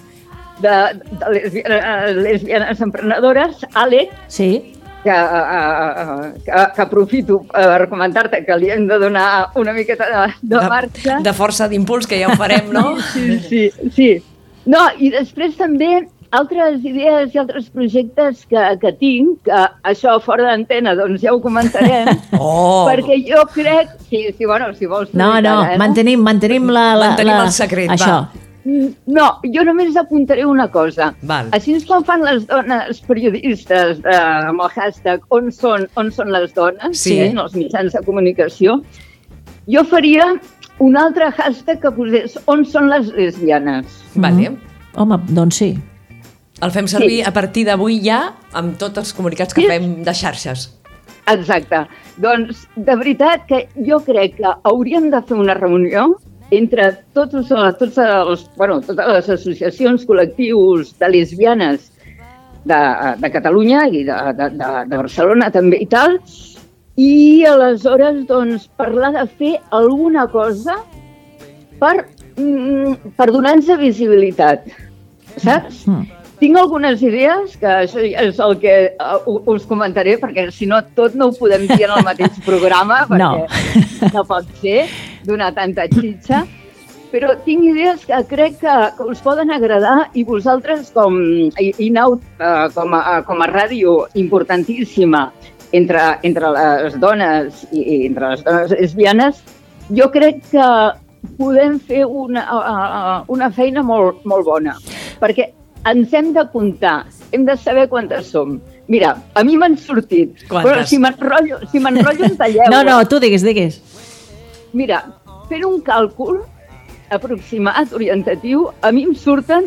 de, de lesbianes, lesbianes emprenedores, ALEC, sí. que, eh, que, que aprofito per comentar-te que li hem de donar una miqueta de, de marxa. de força, d'impuls, que ja ho farem, no? Sí, sí, sí. No, i després també altres idees i altres projectes que, que tinc, que això fora d'antena, doncs ja ho comentarem, Oh, perquè jo crec... Sí, sí, bueno, si vols... No, publicar, no, eh, mantenim, mantenim la... la Mantenim la, el secret, va. Això. No, jo només apuntaré una cosa. Val. Així és com fan les dones periodistes eh, amb el hashtag on són, on són les dones, eh, Sí. en els mitjans de comunicació. Jo faria un altre hashtag que posés on són les lesbianes. vale. Home, doncs sí. El fem servir a partir d'avui ja amb tots els comunicats que Sí. fem de xarxes. Exacte. Doncs, de veritat que jo crec que hauríem de fer una reunió entre tots, els- tots els, bueno, totes les associacions, col·lectius de lesbianes de, de Catalunya i de, de, de, de Barcelona també i tal, i aleshores doncs, parlar de fer alguna cosa per, mm, per donar-nos visibilitat, saps? Mm. Tinc algunes idees, que això ja és el que eh, u- us comentaré, perquè si no tot no ho podem dir en el mateix programa, No. perquè no, pot ser donar tanta xitxa, però tinc idees que crec que, que us poden agradar i vosaltres com i, i nau, eh, com, a, com a ràdio importantíssima entre, entre les dones i, i entre les dones lesbianes, jo crec que podem fer una, eh, una feina molt, molt bona, perquè ens hem de comptar, hem de saber quantes som. Mira, a mi m'han sortit, Quantes? però si m'enrotllo, si m'enrotllo em talleu. *laughs* No, no, eh? tu digues, digues. Mira, fent un càlcul aproximat, orientatiu, a mi em surten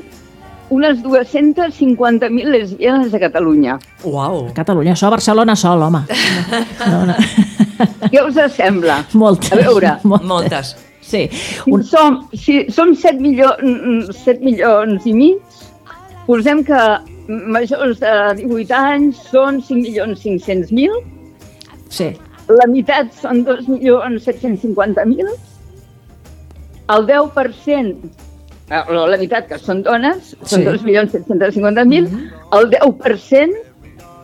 unes 250.000 lesbianes a Catalunya. Uau. Catalunya, això, Barcelona sol, home. No, no. Què us sembla? Moltes. A veure. *laughs* moltes. Moltes. Sí. Si Un, som, si som 7, milió, mm, 7 milions i mig, posem que majors de 18 anys són 5 milions 500.000, sí. la meitat són 2 milions 750.000, el 10%, eh, o la meitat que són dones, són Sí. sí. 2 milions 750.000, el 10%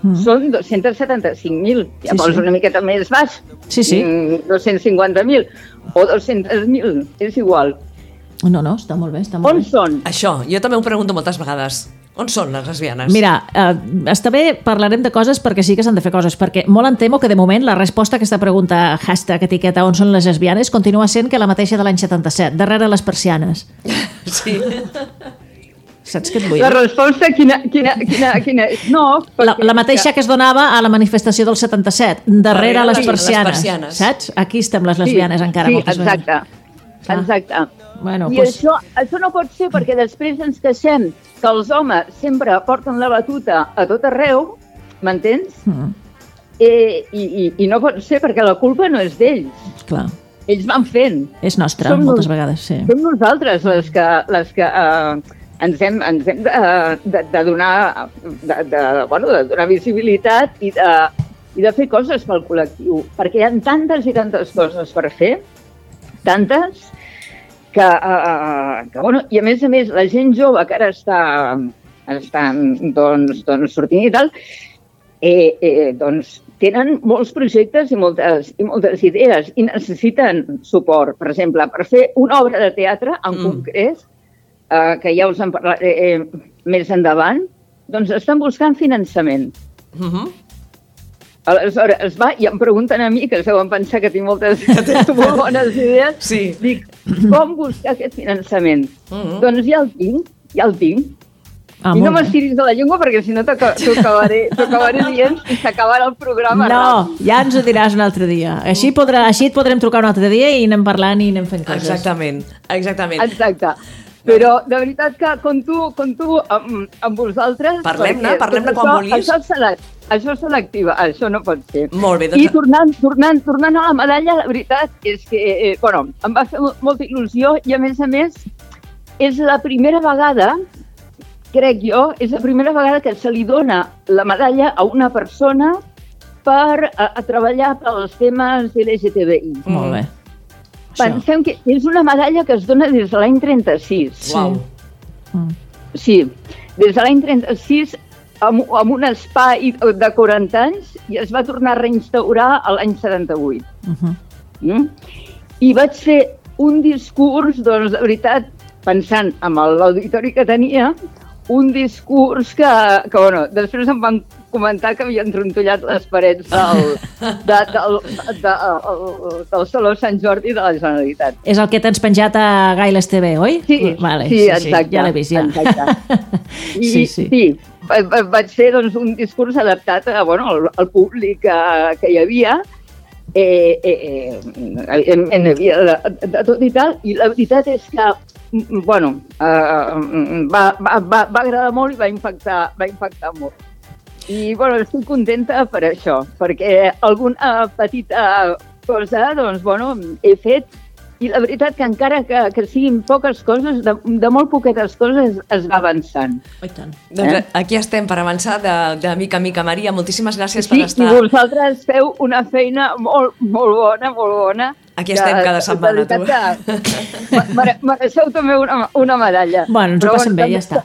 Mm. són 275.000, Sí, llavors sí. una miqueta més baix, Sí, sí. mm, 250.000 o 200.000, és igual. No, no, està molt bé, està molt On bé. són? Això, jo també ho pregunto moltes vegades. On són les lesbianes? Mira, eh, està bé, parlarem de coses perquè sí que s'han de fer coses, perquè molt em temo que de moment la resposta a aquesta pregunta hashtag etiqueta on són les lesbianes continua sent que la mateixa de l'any 77, darrere les persianes. Sí. Saps què et vull? La dir? resposta quina, quina, quina, quina és? No, La, perquè- la mateixa que es donava a la manifestació del 77, darrere, Darrere les, les- persianes, les persianes. Saps? Aquí estem les lesbianes encara sí, moltes Ah. exacte. vegades. Clar. Exacte. Bueno, I pues- això, això no pot ser perquè després ens queixem que els homes sempre porten la batuta a tot arreu, m'entens? Mm, Eh, i, i, I no pot ser perquè la culpa no és d'ells. clar. Ells van fent. És nostra, Som moltes nos- vegades, sí. Som nosaltres les que, les que eh, ens hem, ens hem de, de, de, donar, de, de, bueno, de donar visibilitat i de, i de fer coses pel col·lectiu, perquè hi ha tantes i tantes coses per fer, tantes, que, eh, que bueno, i a més a més la gent jove que ara està, ara estan doncs, doncs sortint i tal, eh, eh, doncs tenen molts projectes i moltes, i moltes idees i necessiten suport, per exemple, per fer una obra de teatre en mm. concret, eh, que ja us en parlaré eh, més endavant, doncs estan buscant finançament. Mhm. Aleshores, es va i em pregunten a mi, que es deuen pensar que *laughs* tinc moltes molt bones idees, Sí. dic, com buscar aquest finançament? Mhm. Doncs ja el tinc, ja el tinc, Mm-hmm. Ah, i molt no bé. m'estiris de la llengua perquè si no t'aca- t'ho acabaré, t'ho acabaré dient i s'acabarà el programa. No, ja ens ho diràs un altre dia. Així, podrà, així et podrem trucar un altre dia i anem parlant i anem fent coses. Exactament, exactament. Exacte. Però de veritat que conto, conto amb, amb vosaltres... Parlem-ne, perquè parlem-ne quan això, vulguis. Això és, selec, això és selectiva, això no pot ser. Molt bé, doncs- I tornant, tornant, tornant a la medalla, la veritat és que, eh, bueno, em va fer mo- molta il·lusió i, a més a més, és la primera vegada, crec jo, és la primera vegada que se li dona la medalla a una persona per a, a treballar pels temes LGTBI. Molt bé. Això. Pensem que és una medalla que es dona des de l'any 36. Uau. Sí, des de l'any 36, amb, amb un espai de 40 anys, i es va tornar a reinstaurar a l'any 78. Mhm. Mm? I vaig fer un discurs, doncs, de veritat, pensant en el- l'auditori que tenia, un discurs que, que bueno, després em van comentar que havien trontollat les parets del, de, del, de, del, del Saló Sant Jordi de la Generalitat. És el que t'has penjat a Gailes TV, oi? Sí, vale, sí, exacte, ja l'he vist, ja. exacte. *laughs* I, sí, sí. sí va- va- vaig fer doncs, un discurs adaptat a, bueno, al, al públic que, que hi havia, eh, eh, eh, evidentment hi havia de, de tot i tal, i la veritat és que mm, bueno, eh, mm, va, va, va, va agradar molt i va impactar, va impactar molt. I bueno, estic contenta per això, perquè alguna petita cosa doncs, bueno, he fet i la veritat que encara que, que siguin poques coses, de, de molt poquetes coses es va avançant. I tant. Doncs Eh? aquí estem per avançar de, de mica en mica. Maria, moltíssimes gràcies Sí, per estar. i *laughs* vosaltres feu una feina molt, molt bona, molt bona. Aquí estem cada setmana, tu. tu. Que mere- mereixeu també una, una medalla. Bueno, ens ho Però, passem bé, també- ja està.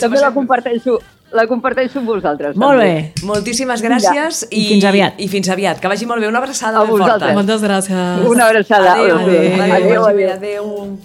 També la comparteixo, la comparteixo amb vosaltres. Molt també. bé. Moltíssimes gràcies I fins aviat. I fins aviat. Que vagi molt bé. Una abraçada A ben vosaltres. forta. Moltes gràcies. Una abraçada. Adéu, Adéu, adéu, adéu. adéu, adéu.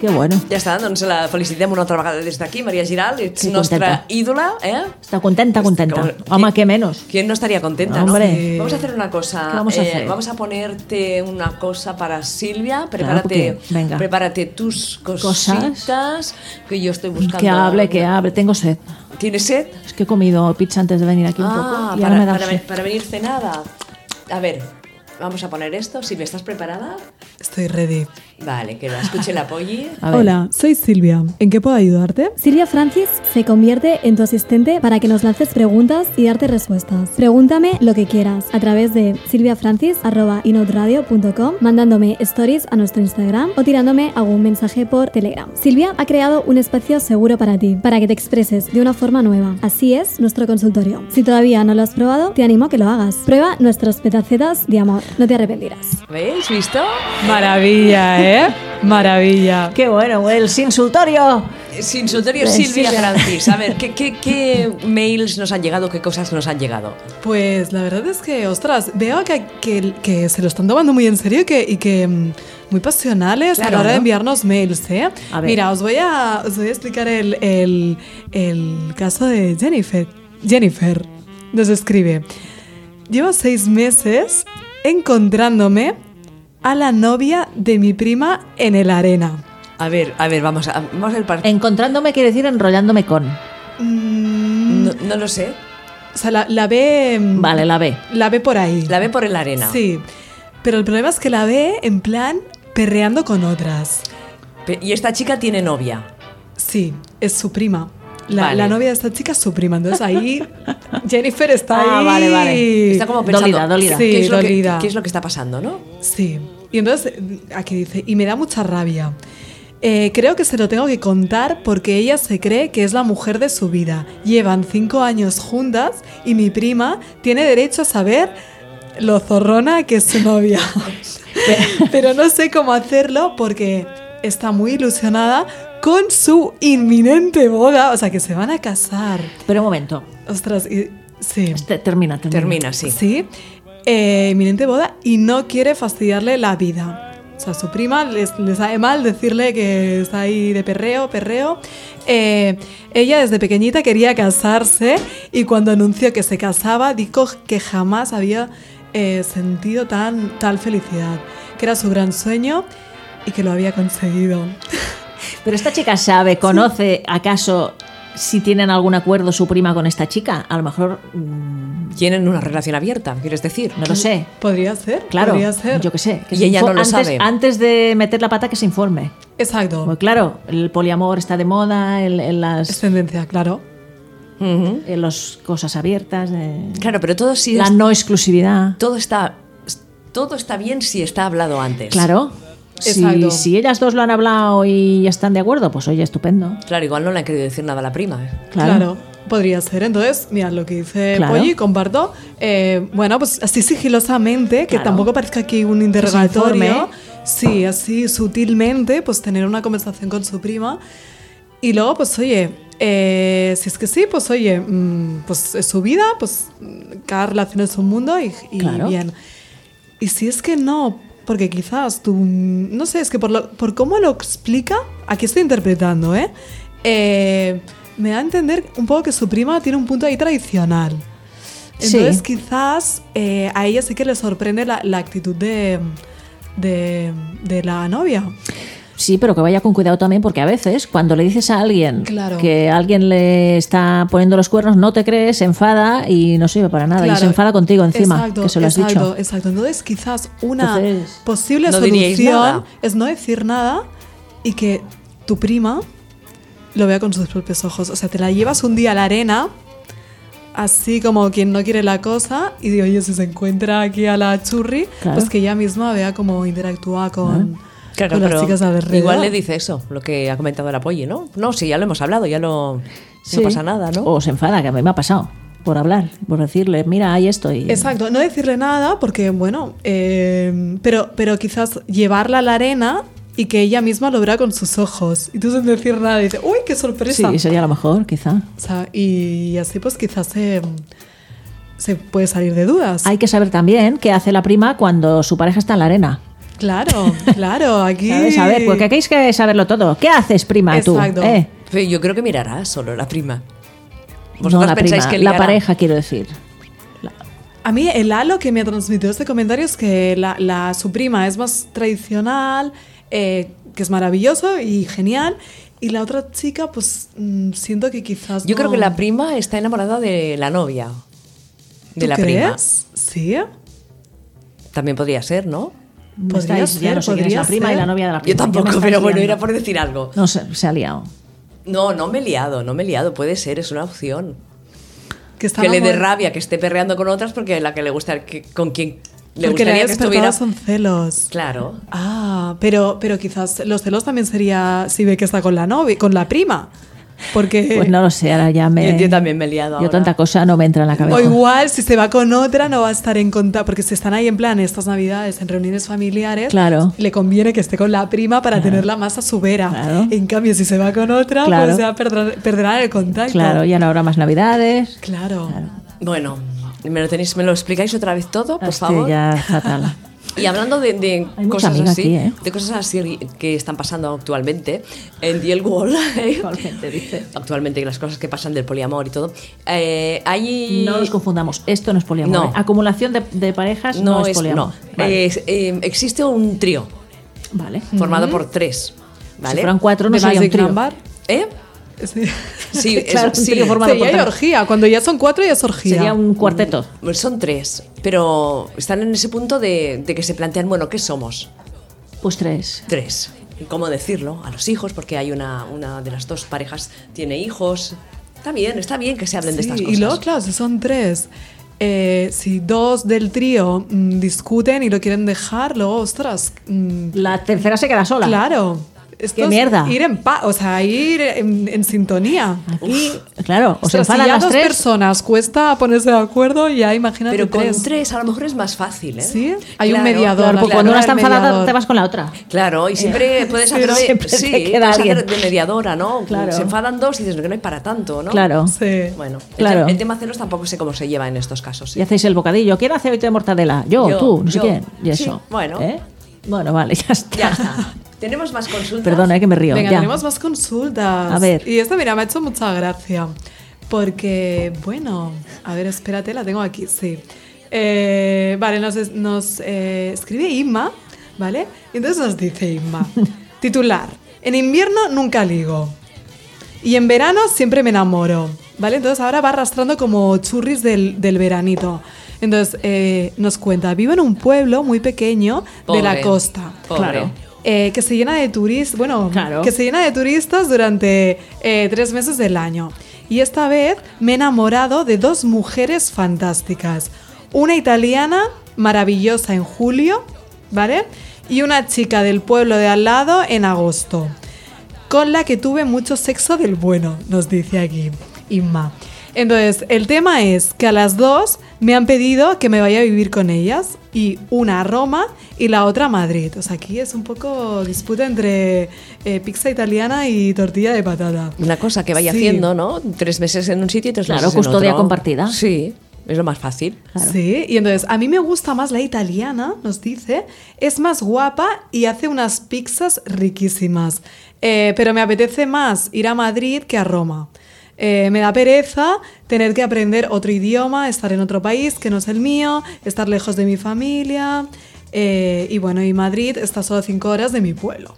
Que bueno. Ja està, doncs la felicitem una altra vegada des d'aquí, Maria Giral, ets Sí, nostra contenta. ídola, eh? Està contenta, contenta. Que- Home, que menos. ¿Quién no estaría contenta, Hombre. no? Sí. Vamos a hacer una cosa. eh, ¿Qué vamos a hacer? vamos a ponerte una cosa para Silvia. Claro, Prepárate, porque- venga. prepárate tus cositas Cosas. que yo estoy buscando. Que hable, que hable. Tengo sed. ¿Tienes sed? Es que he comido pizza antes de venir aquí un Ah, poco y ahora para, me da para ven- sed. para venir cenada. A ver, vamos a poner esto. Silvia, ¿estás preparada? Estoy ready. Vale, que la escuche la *laughs* Polly. A ver. Hola, soy Silvia. ¿En qué puedo ayudarte? Silvia Francis se convierte en tu asistente para que nos lances preguntas y darte respuestas. Pregúntame lo que quieras a través de silviafrancis.inoutradio.com, mandándome stories a nuestro Instagram o tirándome algún mensaje por Telegram. Silvia ha creado un espacio seguro para ti, para que te expreses de una forma nueva. Así es nuestro consultorio. Si todavía no lo has probado, te animo a que lo hagas. Prueba nuestros petacetas de amor. No te arrepentirás. ¿Veis? ¿Visto? Maravilla, ¿eh? Maravilla. Que bueno, el insultorio. Sin soterio, Eh, Silvia Silvia. Francis. A ver, ¿qué, qué, qué mails nos han llegado? ¿Qué cosas nos han llegado? Pues la verdad es que, ostras, veo que, que- que se lo están tomando muy en serio y que, y que mm, muy pasionales a Claro, la hora de ¿no? enviarnos mails, ¿eh? A ver. Mira, os voy a, os voy a explicar el, el- el caso de Jennifer. Jennifer nos escribe, llevo seis meses encontrándome a la novia de mi prima en el arena. A ver, a ver, vamos a, vamos a ir Eh. par- Encontrándome quiere decir enrollándome con. Mm, No, no lo sé. o sea, la, la ve... mm, Vale, la B. La ve por ahí. La ve por el arena. Sí, pero el problema es que la ve en plan perreando con otras. Pe- Y esta chica tiene novia. Sí, es su prima. La, Vale. la novia de esta chica es su prima. *laughs* Entonces ahí Jennifer está Ah, ahí. vale, vale. Está como pensando. Dolida, dolida. Sí, ¿qué, es lo que- dolida. qué es lo que está pasando, no? Sí. Y entonces aquí dice, y me da mucha rabia. Eh, creo que se lo tengo que contar porque ella se cree que es la mujer de su vida. Llevan cinco años juntas y mi prima tiene derecho a saber lo zorrona que es su novia. Pero no sé cómo hacerlo porque está muy ilusionada con su inminente boda. O sea, que se van a casar. Pero un momento, Ostras, y- sí. Te- Este, termina, termina. Termina así. Sí. Eh, inminente boda y no quiere fastidiarle la vida. O sea, su prima les, les sabe mal decirle que está ahí de perreo, perreo. Eh, ella desde pequeñita quería casarse y cuando anunció que se casaba dijo que jamás había eh, sentido tan, tal felicidad, que era su gran sueño y que lo había conseguido. Pero esta chica sabe, conoce acaso si tienen algún acuerdo su prima con esta chica. A lo mejor, mm, Tienen una relación abierta, quieres decir. no lo sé. ¿Podría ser? Claro, podría ser. yo qué sé. que Y se ella info- no lo antes, sabe. Antes de meter la pata, que se informe. Exacto. Porque claro, el poliamor está de moda, el, el Es las, tendencia, claro. Ujú. el los cosas abiertas, eh, Claro, pero todo sí la es- no exclusividad. todo está todo está bien si está hablado antes. Claro. Exacto. Si, si ellas dos lo han hablado y ya están de acuerdo, pues oye, estupendo. Claro, igual no le han querido decir nada a la prima. ¿eh? Claro. Claro. Podría ser, entonces, mira lo que dice Claro. Polly, comparto. Eh, bueno, pues así sigilosamente, que Claro. tampoco parezca aquí un interrogatorio. Sí, así sutilmente, pues tener una conversación con su prima. Y luego, pues oye, eh, si es que sí, pues oye, mm, pues es su vida, pues mm, cada relación es un mundo y, y Claro. bien. Y si es que no, porque quizás tú, mm, no sé, es que por, lo- por cómo lo explica, aquí estoy interpretando, ¿eh? Eh, Me da a entender un poco que su prima tiene un punto ahí tradicional. Sí. Entonces quizás eh, a ella sí que le sorprende la, la actitud de, de, de la novia. Sí, pero que vaya con cuidado también, porque a veces cuando le dices a alguien Claro. que alguien le está poniendo los cuernos, no te crees, se enfada y no sirve para nada. Claro. Y se enfada contigo encima, Exacto, que se lo has exacto, dicho. Exacto, entonces quizás una Entonces, posible no diríais nada. solución es no decir nada y que tu prima lo vea con sus propios ojos. O sea, te la llevas un día a la arena, así como quien no quiere la cosa, y digo, oye, si se encuentra aquí a la churri, Claro. pues que ella misma vea cómo interactúa con, Claro, con las pero chicas alrededor. igual le dice eso, lo que ha comentado el apoyo, ¿no? No, sí, ya lo hemos hablado, ya lo Sí. no pasa nada, ¿no? O se enfada, que a mí me ha pasado, por hablar, por decirle, mira, ahí estoy. Exacto, no decirle nada porque, bueno, eh, pero, pero quizás llevarla a la arena y que ella misma lo verá con sus ojos. Y tú sin decir nada dices, uy, qué sorpresa. Sí, sería lo mejor, quizá. O sea, y así pues quizás se, se puede salir de dudas. Hay que saber también qué hace la prima cuando su pareja está en la arena. Claro, claro, aquí... ¿Sabes? A ver, porque aquí hay que saberlo todo. ¿Qué haces, prima, Exacto. tú? ¿Eh? Pero yo creo que mirará solo la prima. No Vosotras la pensáis prima, que la liará. pareja, quiero decir. A mí el halo que me ha transmitido este comentario es que la, la- su prima es más tradicional, eh, que es maravilloso y genial, y la otra chica pues mm, siento que quizás... Yo creo no- que la prima está enamorada de la novia. De ¿Tú la prima. crees? Sí. También podría ser, ¿no? Podría Estáis- ya no sé ser, quién es podría la prima ser. y la novia de la prima. Yo tampoco, Ya me pero estáis bueno, liando. era por decir algo. No, se, se ha liado. No, no me he liado, no me he liado, puede ser, es una opción. Que, está que le dé enamorada- rabia, que esté perreando con otras porque la que le gusta, que- con quien le Porque le gustaría ha que despertado estuviera. son celos. Claro. Ah, pero, pero quizás los celos también sería si ve que está con la novia, con la prima. Porque... Pues no lo sé, ahora ya me. Eh. *laughs* Yo, yo también me he liado. Yo ahora. tanta cosa no me entra en la cabeza. O igual, si se va con otra, no va a estar en contacto. Porque si están ahí en plan estas navidades, en reuniones familiares, Claro. le conviene que esté con la prima para tenerla más a su vera. Claro. En cambio, si se va con otra, Claro. pues ya perdrá, perderá el contacto. Claro, ya no habrá más navidades. Claro. Bueno, ¿me lo, tenéis, ¿me lo explicáis otra vez todo, por Hostia, favor? ya fatal. Y hablando de, de Hay mucha cosas amiga así, aquí, ¿eh? de cosas así que están pasando actualmente en The Wall, ¿eh? Actualmente, dice. actualmente las cosas que pasan del poliamor y todo, eh, hay No nos confundamos, esto no es poliamor. No. ¿eh? Acumulación de, de parejas no, es, poliamor. no. Vale. Es, eh, existe un trío Vale. formado por tres, Si ¿vale? fueran cuatro, no De sería un Magic trío. Number. ¿Eh? Sí. *laughs* Sí, es- Claro, un sí. trío formado por Sería tres. orgía. Cuando ya son cuatro, ya es orgía. Sería un cuarteto. Mm, pues Son tres, pero están en ese punto de, de que se plantean, bueno, ¿qué somos? Pues tres. Tres. ¿Y ¿Cómo decirlo? A los hijos, porque hay una, una de las dos parejas tiene hijos. Está bien, está bien que se hablen de estas Sí, cosas. Y luego, claro, si son tres, eh, si dos del trío mm, discuten y lo quieren dejar, luego, ostras, mm, La tercera se queda sola. claro. Esto es mierda. Ir en paz, o sea, ir en, en sintonía. Aquí, pues claro, os Ostras, si enfadan ya las dos tres. personas cuesta ponerse de acuerdo, ya imagínate Pero con tres. tres. a lo mejor es más fácil, ¿eh? Sí, hay un Claro, mediador. Claro, porque Claro, cuando una el está enfadada mediador. te vas con la otra. Claro, y siempre puedes hacer, ¿no? de, Siempre sí, te queda puedes hacer alguien. de mediadora, ¿no? Claro. Se enfadan dos y dices, no hay para tanto, ¿no? Claro. Sí. Bueno, el Claro. tem- el, tema celos tampoco sé cómo se lleva en estos casos. sí. Y hacéis el bocadillo. ¿Quién hace hoy de mortadela? Yo, Yo, tú, no sé yo. quién. Y Sí, eso. bueno. ¿Eh? Bueno, vale, *laughs* ya está. Ya está. Tenemos más consultas. Perdona, eh, que me río. Venga, ya. tenemos más consultas. A ver. Y esta, mira, me ha hecho mucha gracia. Porque, bueno, a ver, espérate, la tengo aquí, sí. Eh, vale, nos, es- nos, eh, escribe Inma, ¿vale? Entonces nos *laughs* dice Inma, titular, en invierno nunca ligo. Y en verano siempre me enamoro, ¿vale? Entonces ahora va arrastrando como churris del, del veranito. Entonces eh, nos cuenta, vivo en un pueblo muy pequeño de la Pobre, costa. pobre. Claro. Eh, que se llena de turistas, bueno, Claro. que se llena de turistas durante eh, tres meses del año. Y esta vez me he enamorado de dos mujeres fantásticas. Una italiana maravillosa en julio, ¿vale? Y una chica del pueblo de al lado en agosto. Con la que tuve mucho sexo del bueno, nos dice aquí Inma. Entonces, el tema es que a las dos me han pedido que me vaya a vivir con ellas, y una a Roma y la otra a Madrid. O sea, aquí es un poco disputa entre eh, pizza italiana y tortilla de patata. Una cosa que vaya Sí. haciendo, ¿no? Tres meses en un sitio y tres Claro, meses en custodia otro. compartida. Sí, es lo más fácil. Sí, y entonces a mí me gusta más la italiana, nos dice, es más guapa y hace unas pizzas riquísimas, Eh, pero me apetece más ir a Madrid que a Roma. Eh, me da pereza tener que aprender otro idioma, estar en otro país que no es el mío, estar lejos de mi familia. Eh, y bueno, y Madrid está solo cinco horas de mi pueblo.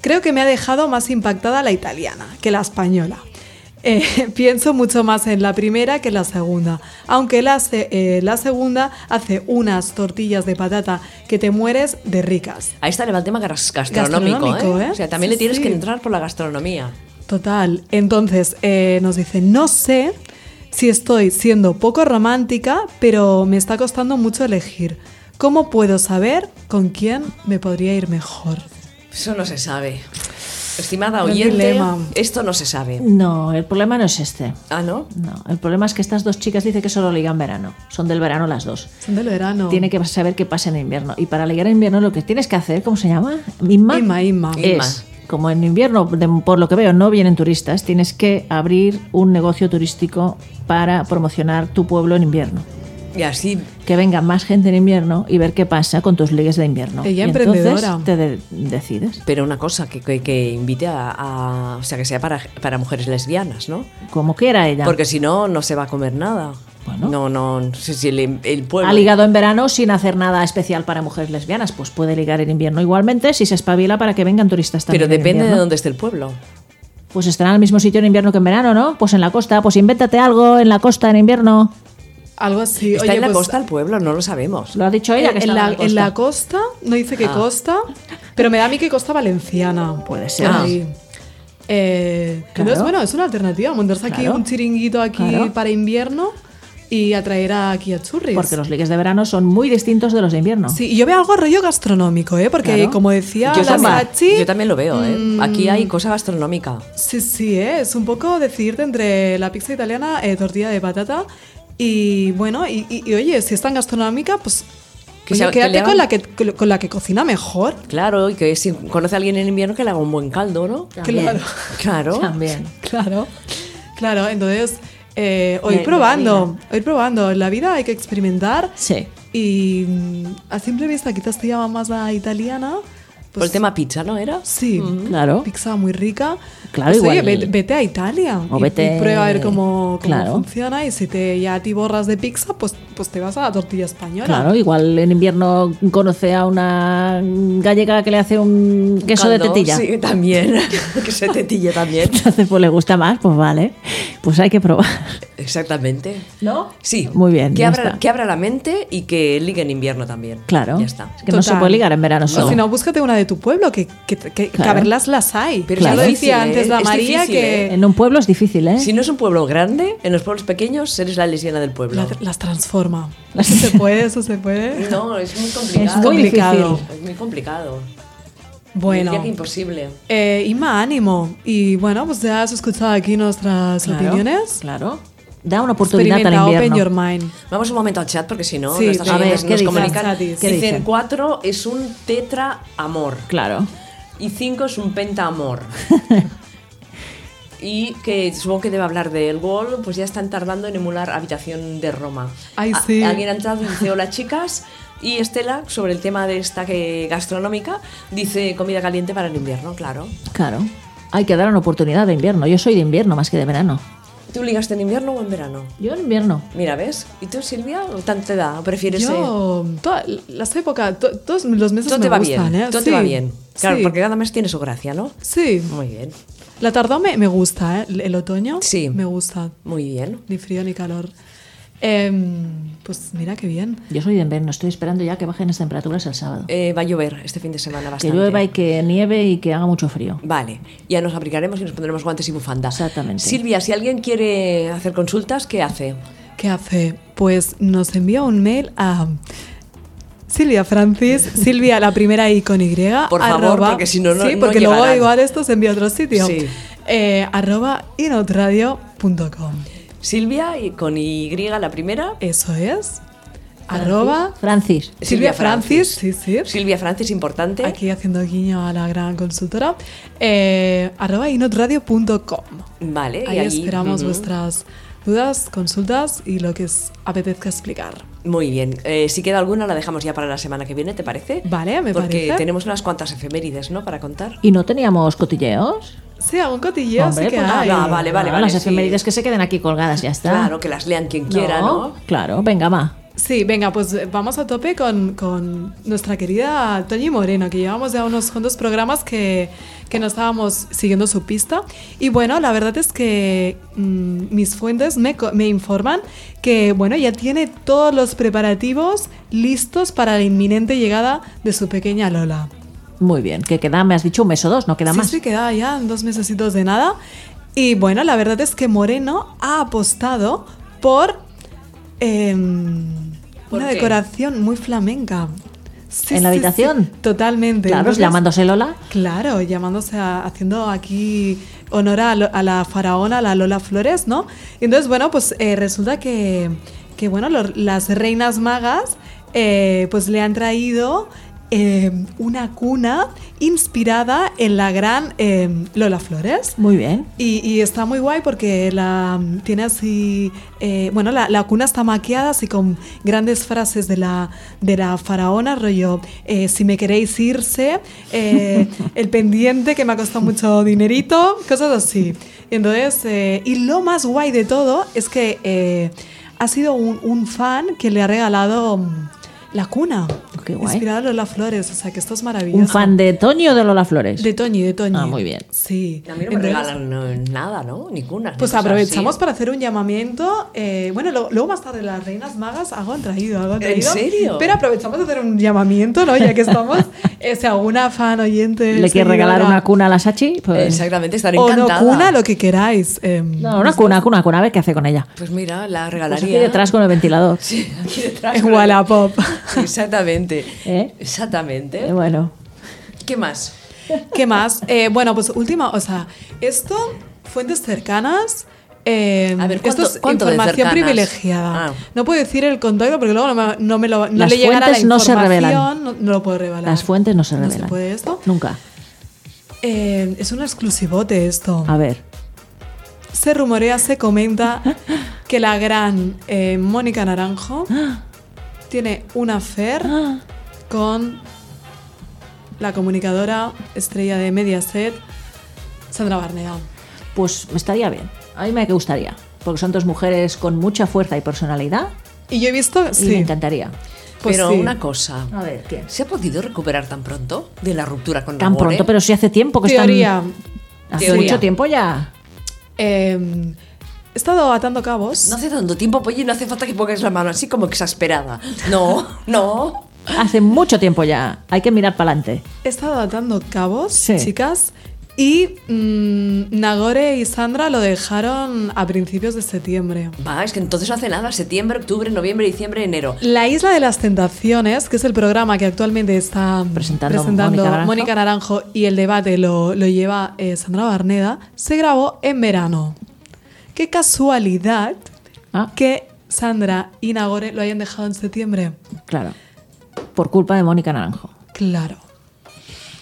Creo que me ha dejado más impactada la italiana que la española. Eh, *laughs* pienso mucho más en la primera que en la segunda. Aunque la, se- eh, la segunda hace unas tortillas de patata que te mueres de ricas. Ahí está el tema gas- gastronómico, Gastronómico, ¿eh? ¿eh? O sea, también Sí, le tienes sí. que entrar por la gastronomía. Total. Entonces eh, nos dice, no sé si estoy siendo poco romántica, pero me está costando mucho elegir. ¿Cómo puedo saber con quién me podría ir mejor? Eso no se sabe. Estimada Gran oyente, dilema. esto no se sabe. No, el problema no es este. Ah, ¿no? No, el problema es que estas dos chicas dice que solo ligan verano. Son del verano las dos. Son del verano. Tiene que saber qué pasa en invierno. Y para ligar en invierno lo que tienes que hacer, ¿cómo se llama? Inma. Inma, Inma. Eh, Es, como en invierno, de- por lo que veo, no vienen turistas. Tienes que abrir un negocio turístico para promocionar tu pueblo en invierno. Y así que venga más gente en invierno y ver qué pasa con tus ligues de invierno. Ella y entonces emprendedora. te de- decides. Pero una cosa que, que- que invite a, a- O sea, que sea para, para mujeres lesbianas, ¿no? Como quiera ella. Porque si no, no se va a comer nada. Bueno. No, no, no sé si el, el pueblo. ha ligado en verano sin hacer nada especial para mujeres lesbianas, pues puede ligar en invierno igualmente si se espabila para que vengan turistas también. Pero en depende de invierno. dónde esté el pueblo. Pues estará en el mismo sitio en invierno que en verano, ¿no? Pues en la costa, pues invéntate algo en la costa en invierno. Algo así. ¿Está Oye, en la pues, costa el pueblo? No lo sabemos. Lo ha dicho ella que Eh, en, estaba la, en la en la costa. Ah. costa, no dice que costa, pero me da a mí que costa valenciana. Puede ser. Ah. Ahí. Eh, Entonces, Claro. bueno, es una alternativa, montarse aquí Claro. un chiringuito aquí Claro. para invierno y atraer aquí a churris. Porque los ligues de verano son muy distintos de los de invierno. Sí, y yo veo algo rollo gastronómico, ¿eh? Porque Claro. como decía Yo la también, Sachi, yo también lo veo, ¿eh? mm, Aquí hay cosa gastronómica. Sí, sí, ¿eh? es un poco decidirte entre la pizza italiana, eh, tortilla de patata y bueno, y, y- y, oye, si es tan gastronómica, pues Que oye, sea- que le quédate con, hagan- la que, con la que cocina mejor. Claro, y que si conoce a alguien en invierno que le haga un buen caldo, ¿no? También. Claro. Claro. También. Claro, claro, entonces eh, o De- ir de probando, o ir probando. En la vida hay que experimentar Sí. y mm, a simple vista quizás te llama más la italiana. pues, Por el tema pizza, ¿no era? Sí, Mm, Claro. pizza muy rica. Claro, Pues, oye, igual- vete, vete a Italia O y- y, vete- prueba a ver cómo, cómo Claro. funciona y si te, ya te borras de pizza, pues, pues te vas a la tortilla española. Claro, igual en invierno conoce a una gallega que le hace un queso de Caldo, tetilla. Sí, también. *laughs* queso de tetilla también. *laughs* Entonces, pues le gusta más, pues vale. Pues hay que probar. Exactamente. ¿No? Sí. Muy bien, Que ya abra, está. que abra la mente y que ligue en invierno también. Claro. Ya está. Es que no se Total. puede ligar en verano O solo. si no, búscate una de tu pueblo, que, que, que Claro. cavernas las hay. Pero ya es lo difícil, decía ¿eh? antes la Es María difícil, que En un pueblo es difícil, ¿eh? Si no es un pueblo grande, en los pueblos pequeños eres la lesbiana del pueblo. la- las transforma. Eso *laughs* se puede, eso se puede. No, *laughs* es muy complicado. Es muy complicado. Es muy complicado. Bueno. Diría que imposible. Eh, Inma, ánimo. Y bueno, pues ya has escuchado aquí nuestras Claro, opiniones. Claro. Da una oportunidad al Experimenta, open your invierno. mind. Vamos un momento al chat porque si no, Sí, nuestras venga. oyentes A ver, ¿qué nos dicen? comunican. Chatis. ¿Qué Dicen dicen? cuatro es un tetra amor Claro. y cinco es un penta *laughs* amor. y que supongo que debe hablar del wall, pues ya están tardando en emular Habitación de Roma. Ay, A- sí. alguien ha entrado y dice hola chicas. Y Estela, sobre el tema de esta que gastronómica, dice comida caliente para el invierno, claro. Claro. Hay que dar una oportunidad de invierno. Yo soy de invierno más que de verano. ¿Tú ligaste en invierno o en verano? Yo en invierno. Mira, ¿ves? ¿Y tú, Silvia? ¿O tan te da? ¿O prefieres eh, Yo, todas las épocas, to- todos los meses Todo me te va gustan, bien. ¿eh? Todo Sí, te va bien. Claro, sí, porque cada mes tiene su gracia, ¿no? Sí, Muy bien. la tardó me, me gusta, ¿eh? El, el otoño Sí. me gusta, Muy bien. ni frío ni calor. Em, pues mira qué bien. Yo soy de invierno. Estoy esperando ya que bajen las temperaturas el sábado. Eh, va a llover este fin de semana que bastante. llueva y que nieve y que haga mucho frío. Vale, ya nos abrigaremos y nos pondremos guantes y bufanda. Exactamente. Silvia, si alguien quiere hacer consultas, ¿qué hace? ¿Qué hace? Pues nos envía un mail a *laughs* Silvia Francis, Silvia la primera I con Y. Por favor, arroba- porque si no, no- Sí, no porque luego llegarán. igual esto se envía a otro sitio. Sí. Eh, arroba inoutradio.com. Silvia y con Y la primera. Eso es. Arroba Francis. Silvia Silvia Francis. Sí, sí. Silvia Francis, importante. Aquí haciendo guiño a la gran consultora. Eh, arroba inoutradio.com. Vale, Ahí y allí- esperamos Ujú. vuestras dudas, consultas y lo que os apetezca explicar. Muy bien. Eh, si queda alguna, la dejamos ya para la semana que viene, ¿te parece? Vale, me Porque parece. tenemos unas cuantas efemérides, ¿no? Para contar. ¿Y no teníamos cotilleos? Sí, algún cotilleo sí Hombre, que pues hay. nada, vale, vale, Ah, vale. Las sí. efemérides que se queden aquí colgadas, ya está. Claro, que las lean quien quiera, ¿no? Claro, venga, va. Sí, venga, pues eh, vamos a tope con, con nuestra querida Toñi Moreno, que llevamos ya unos cuantos programas que, que no estábamos siguiendo su pista. Y bueno, la verdad es que mm, mis fuentes me, co- me informan que, bueno, ya tiene todos los preparativos listos para la inminente llegada de su pequeña Lola. Muy bien, que queda, me has dicho un mes o dos, no queda sí, más. sí, queda ya en dos mesecitos de nada. Y bueno, la verdad es que Moreno ha apostado por, em, ¿Por una qué? decoración muy flamenca. Sí, ¿En la sí, habitación? sí, totalmente. Claro, Entonces, llamándose Lola. Claro, llamándose, a- haciendo aquí honor a, lo- a la faraona, a la Lola Flores, ¿no? Y entonces, bueno, pues eh, resulta que, que, bueno, lo- las reinas magas, eh, pues le han traído eh, una cuna inspirada en la gran eh, Lola Flores. Muy bien. Y, y está muy guay porque la mm, tiene así, eh, bueno, la, la cuna está maquiada así con grandes frases de la, de la faraona, rollo, eh, si me queréis irse, eh, el pendiente que me ha costado mucho dinerito, cosas así. Entonces, eh, y lo más guay de todo es que eh, ha sido un, un fan que le ha regalado mm, la cuna, Oh, Qué guay. inspirada en Lola Flores, o sea que esto es maravilloso. ¿Un fan de Toño o de Lola Flores? De Toñi, de Toñi. Ah, muy bien. Sí. A mí no me Entonces- regalan eh, nada, ¿no? Ninguna. ni pues cosas aprovechamos así. para hacer un llamamiento. eh, bueno, lo- luego más tarde las reinas magas hago un traído, hago un ¿En traído. serio? Pero aprovechamos de hacer un llamamiento, ¿no? Ya que *laughs* estamos, eh, si alguna fan oyente... ¿Le quiere seguidora, regalar una cuna a la Sachi? Pues- Exactamente, estaré O no encantada. cuna, lo que queráis. eh, No, una cuna, cuna, cuna, a ver qué hace con ella. Pues mira, la Pues aquí regalaría. detrás con el ventilador. *laughs* Sí, aquí detrás. En Wallapop. *laughs* Sí, Exactamente. ¿Eh? Exactamente. Eh, bueno, ¿Qué más? ¿Qué más? Eh, bueno, pues última, o sea, esto, fuentes cercanas. eh, A ver, ¿cuánto- esto es cuánto de información cercanas? privilegiada. Ah. No puedo decir el contacto porque luego no, me- no me lo, no Las le llegará la fuentes no se información. revelan. No, no lo puedo revelar. las fuentes no se revelan. No se puede esto. Nunca. Eh, es un exclusivote esto. A ver. Se rumorea, *laughs* se comenta que la gran eh, Mónica Naranjo Ah. tiene una affair con la comunicadora estrella de Mediaset, Sandra Barnea. Pues estaría bien. A mí me gustaría. Porque son dos mujeres con mucha fuerza y personalidad. Y yo he visto, Y me sí, encantaría. pues Pero sí. una cosa. A ver, ¿qué? ¿Se ha podido recuperar tan pronto de la ruptura con Tan Nagore? pronto, pero sí hace tiempo que teoría. están. Hace Teoría. mucho tiempo ya. Eh, he estado atando cabos. No *laughs* hace tanto tiempo, Polly, no hace falta que pongas la mano así como exasperada. No, no. Hace mucho tiempo ya. Hay que mirar para adelante. He estado atando cabos, Sí. chicas, y mm, Nagore y Sandra lo dejaron a principios de septiembre. Va, es que entonces no hace nada, septiembre, octubre, noviembre, diciembre, enero. La Isla de las Tentaciones, que es el programa que actualmente está Presentando Mónica Naranjo. Mónica Naranjo y el debate lo, lo lleva eh, Sandra Barneda, se grabó en verano. Qué casualidad Ah. que Sandra y Nagore lo hayan dejado en septiembre. Claro. Por culpa de Mónica Naranjo. Claro.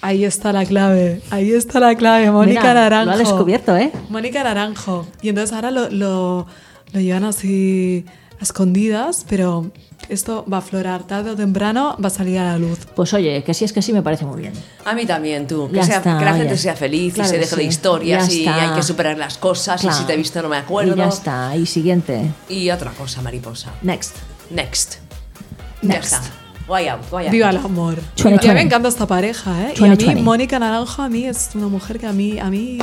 Ahí está la clave, ahí está la clave, Mónica Mira, Naranjo. Lo ha descubierto, ¿eh? Mónica Naranjo. Y entonces ahora lo, lo- lo llevan así a escondidas, pero esto va a aflorar tarde o temprano, va a salir a la luz. Pues oye, que si es que sí me parece muy bien. A mí también, tú. Que, Ya sea- está, que la oye. gente sea feliz Claro y se que deje de sí. historias Ya y está. hay que superar las cosas Claro. y si Ah, te he visto no me acuerdo. Y ya está. Y siguiente. Y otra cosa, mariposa. Next. Next. Next. Ya está. Why out, why out. Viva el amor. Chuene, Ya chuene. me encanta esta pareja, ¿eh? Y a 20, mí 20. Mónica Naranjo a mí es una mujer que a mí a mí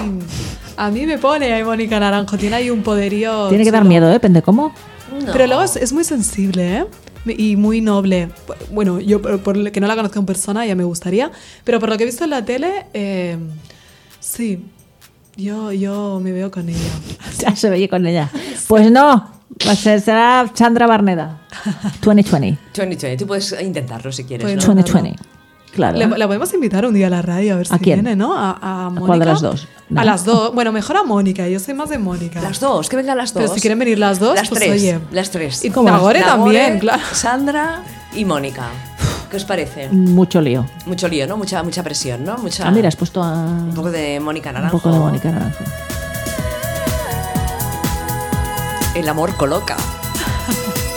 a mí me pone ahí Mónica Naranjo, tiene ahí un Oh, poderío. Tiene que dar chulo. miedo, ¿eh? *laughs* Depende cómo. Pero luego es, es muy sensible, ¿eh? Y muy noble. Bueno, yo por, por lo que no la conozco en persona ya me gustaría, pero por lo que he visto en la tele, eh, sí, yo, yo me veo con ella. Ya se veía con ella. Pues no. va a ser- será *laughs* Sandra Barneda. 2020. 2020, tú puedes intentarlo si quieres. Pues ¿no? no. 2020. Claro. Le- la podemos invitar un día a la radio a ver ¿A si quién? viene, ¿no? A, a Mónica. cuál de las dos? No. A las dos. Bueno, mejor a Mónica, yo soy más de Mónica. Las dos, que vengan las dos. Pero si quieren venir las dos, las pues tres. oye. Las tres. Y ¿Cómo? Nagore también, claro. Sandra y Mónica. ¿Qué os parece? Mucho lío. Mucho lío, ¿no? Mucha, mucha presión, ¿no? Mucha, Ah, mira, has puesto a... un poco de Mónica un Naranjo. poco de Mónica Naranjo. El amor coloca.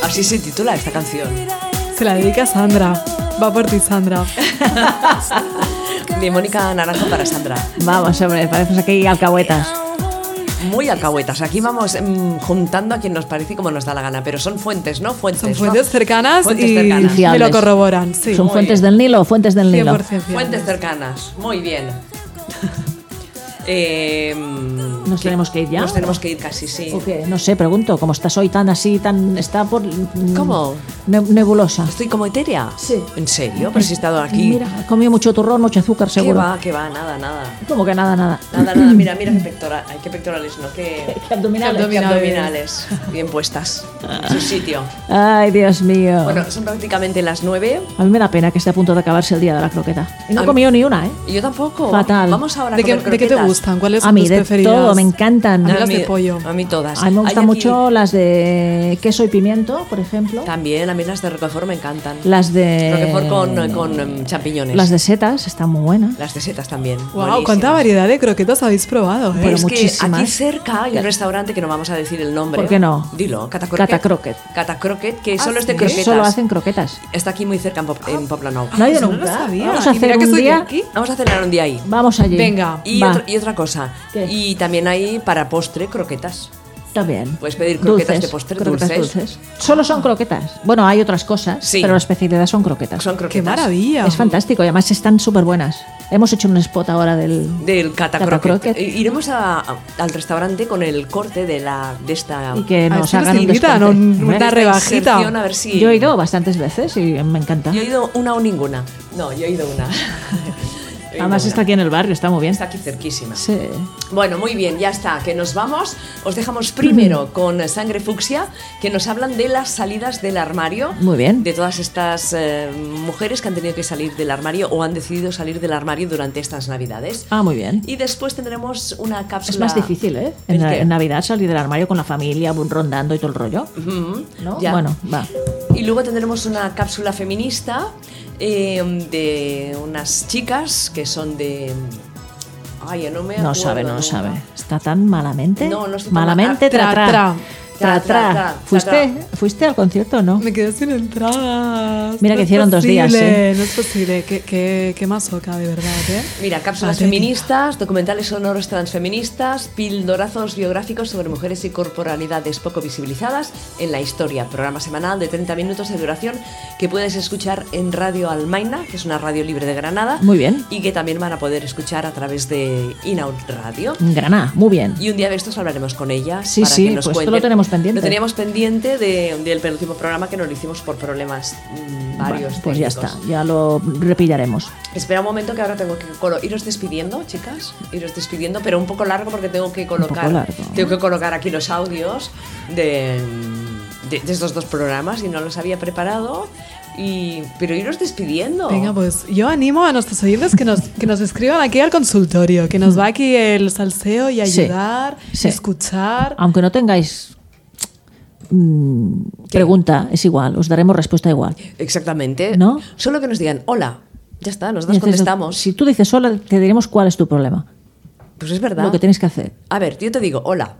Así se titula esta canción. Se la dedica a Sandra. Va por ti, Sandra. De Mónica Naranjo para Sandra. Vamos, hombre, pareces aquí alcahuetas. Muy alcahuetas. Aquí vamos mm, juntando a quien nos parece y como nos da la gana. Pero son fuentes, ¿no? Fuentes. Son ¿no? fuentes cercanas Fuentes y cercanas. me lo Fiables. corroboran. Sí. ¿Son muy fuentes bien. del Nilo fuentes del Nilo? 100% fiables. Fuentes cercanas, muy bien. *laughs* Eh, mm, ¿Nos tenemos que ir ya? Nos tenemos que ir casi, sí. ¿O qué? No sé, pregunto, como estás hoy tan así, tan... Está por... mm, ¿Cómo? ne- nebulosa. Estoy como etérea. Sí. ¿En serio? Pero si he estado aquí. Mira, ha comido mucho turrón, mucho azúcar, ¿Qué seguro. va? ¿Qué va? Nada, nada. Como que nada, nada. Nada, nada. Mira, mira qué pectoral. Ay, qué pectorales, ¿no? *laughs* Qué, Que abdominales. qué abdominales. abdominales. Bien puestas. En su sitio. Ay, Dios mío. Bueno, son prácticamente las nueve. a mí me da pena que esté a punto de acabarse el día de la croqueta. Y no A he mí- comido ni una, ¿eh? Y yo tampoco. Fatal. Vamos ahora a ¿De qué, comer de qué te croquetas. gustan? ¿Cuáles A son mí, tus de preferidas? todo, me encantan. A Las mí- de pollo. A mí todas. A mí me Hay gustan aquí- mucho las de queso y pimiento, por ejemplo. También, a mí las de Roquefort me encantan. Las de. Roquefort con, con em, champiñones. Eh. Las de setas, están muy buenas. Las de setas también. Wow, cuánta variedad de croquetas habéis probado, ¿eh? Pero es que muchísimas. aquí cerca hay un restaurante que no vamos a decir el nombre. ¿Por qué no? Dilo, Catacroquet. Catacroquet. Catacroquet, que solo es de sí. Que croquetas. ¿Eh? Ah, solo hacen croquetas. Ah. Está aquí muy cerca en, Pop- en Poblenou. No ha ido Eso no lo nunca. sabía. Vamos a Y mira hacer que un soy de día. aquí. Vamos a cenar un día ahí. Vamos allí. Venga. Y, Va. otro- y otra cosa. ¿Qué? Y también hay para postre croquetas. Está bien. Puedes pedir croquetas de postre, croquetas dulces. Solo son croquetas. Bueno, hay otras cosas, Sí. pero la especialidad son croquetas. Son croquetas. ¡Qué maravilla! Es fantástico, y además están súper buenas. Hemos hecho un spot ahora del... Del Catacroquet. Catacroquet. I- Iremos a- a- al restaurante con el corte de, la, de esta. Y que A ver nos si nos hagan un invitan descuento. un- Hombre, una esta rebajita. inserción, A ver si Yo he ido bastantes veces y me encanta. Yo he ido una o ninguna. No, yo he ido una. *laughs* He ido Además una. está aquí en el barrio, está muy bien. Está aquí cerquísima. Sí. Bueno, muy bien, ya está, que nos vamos. Os dejamos primero con Sangre Fucsia, que nos hablan de las salidas del armario. Muy bien. De todas estas eh, mujeres que han tenido que salir del armario o han decidido salir del armario durante estas Navidades. Ah, muy bien. Y después tendremos una cápsula. Es más difícil, ¿eh? ¿El En, qué? en Navidad salir del armario con la familia, rondando y todo el rollo. Ujú, ¿no? ya. Bueno, va. Y luego tendremos una cápsula feminista eh, de unas chicas que son de. Ay, no me No acuerdo sabe, no nunca. sabe. Está tan malamente. No, no estoy tan malamente mal- tra tra, tra. tra. Tra, Tra, tra, tra, tra. ¿Fuiste, ¿Fuiste al concierto o no? Me quedé sin entradas. Mira que es hicieron dos días, ¿eh? posible, No es posible. Qué, qué, qué masoca, de verdad, ¿eh? Mira, cápsulas Patética. feministas, documentales sonoros transfeministas, pildorazos biográficos sobre mujeres y corporalidades poco visibilizadas en la historia. Programa semanal de 30 minutos de duración que puedes escuchar en Radio Almaina, que es una radio libre de Granada. Muy bien. Y que también van a poder escuchar a través de Inout Radio. En Granada, muy bien. Y un día de estos hablaremos con ella Sí, para sí, que nos pues esto cuente lo tenemos Lo pendiente. teníamos pendiente de- del penúltimo programa que no lo hicimos por problemas mm, Bueno, varios. pues ya técnicos. está, ya lo repillaremos. Espera un momento que ahora tengo que colo- iros despidiendo, chicas. Iros despidiendo, pero un poco largo porque tengo que colocar. poco largo. Tengo que colocar aquí los audios de, mm, de- de estos dos programas y no los había preparado. Y, pero iros despidiendo. Venga, pues yo animo a nuestros oyentes que nos, que nos escriban aquí al consultorio, que nos va aquí el salseo y Mm. Sí, ayudar, sí. Ah, escuchar. Aunque no tengáis mm, pregunta, es igual, os daremos respuesta igual. Exactamente. ¿No? Solo que nos digan, hola. Ya está, nosotros Dices, contestamos. Si tú dices sola, te diremos cuál es tu problema, Pues es verdad. lo que tienes que hacer. A ver, yo te digo, hola.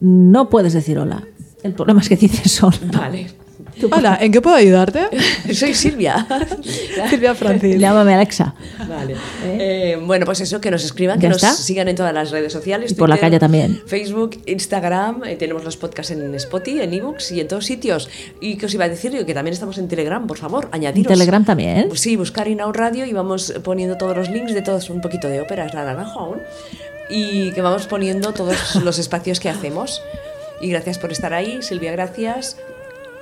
No puedes decir hola. El problema es que dices sola. *laughs* *laughs* Vale. Hola, ¿en qué *laughs* puedo ayudarte? Soy *laughs* Silvia. Silvia Francis. Llámame Alexa. Vale. Eh, bueno, pues eso, que nos escriban, ¿Ya que nos está? sigan en todas las redes sociales. Y por la calle también. Facebook, Instagram, eh, tenemos los podcasts en Spotify, en ebooks y en todos sitios. Y que os iba a decir yo que también estamos en Telegram, por favor, añadiros. En Telegram también. Pues sí, buscar In Out Radio y vamos poniendo todos los links de todos, un poquito de ópera, es la naranjo aún. Y que vamos poniendo *laughs* todos los espacios que hacemos. Y gracias por estar ahí, Silvia, gracias.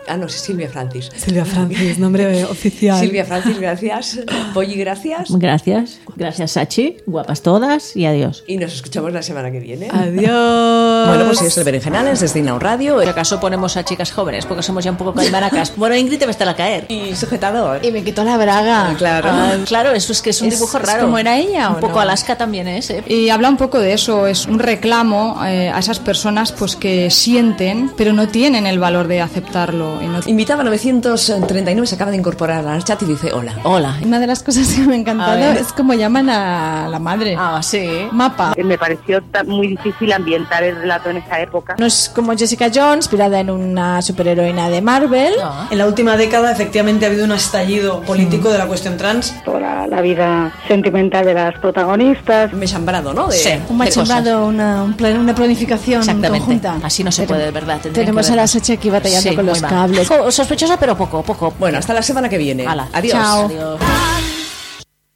Ah, no, Silvia Francis. Silvia Francis, nombre oficial. Silvia Francis, gracias. Polly, gracias. Gracias. Gracias, Sachi. Guapas todas y adiós. Y nos escuchamos la semana que viene. Adiós. Bueno, pues es el Berenjenales desde Inau Radio ¿Por acaso ponemos a chicas jóvenes? Porque somos ya un poco *laughs* caimaracas. Bueno, Ingrid te va a estar a caer. y sujetador. Y me quitó la braga. Claro. Ah, claro, eso es que es un Es- dibujo es raro. como era ella, Un ¿o poco no? Alaska también es, ¿eh? Y habla un poco de eso, es un reclamo eh, a esas personas pues que sienten, pero no tienen el valor de aceptarlo. y no- Invitaba 939, se acaba de incorporar al chat y dice hola. Hola. Una de las cosas que me ha encantado A ver. es como llaman a la madre. Ah, sí. Mapa. Me pareció ta- muy difícil ambientar el relato en esa época. No es como Jessica Jones, inspirada en una superheroína de Marvel. En la última década, efectivamente, ha habido un estallido político de la cuestión trans. Toda Tota la vida sentimental de las protagonistas. Me he chambrado, ¿no? De- Sí. Un Qué cosas. machembrado, una, un plan- una planificación Exactamente. conjunta. Así no se puede, de verdad. Tendrían tenemos que a la vernos. Sachi aquí batallando con muy los mal. cables. Jo, Sospechosa, pero poco, poco. Bueno, hasta la semana que viene. Hala. Adiós. Chao. Adiós. Adiós.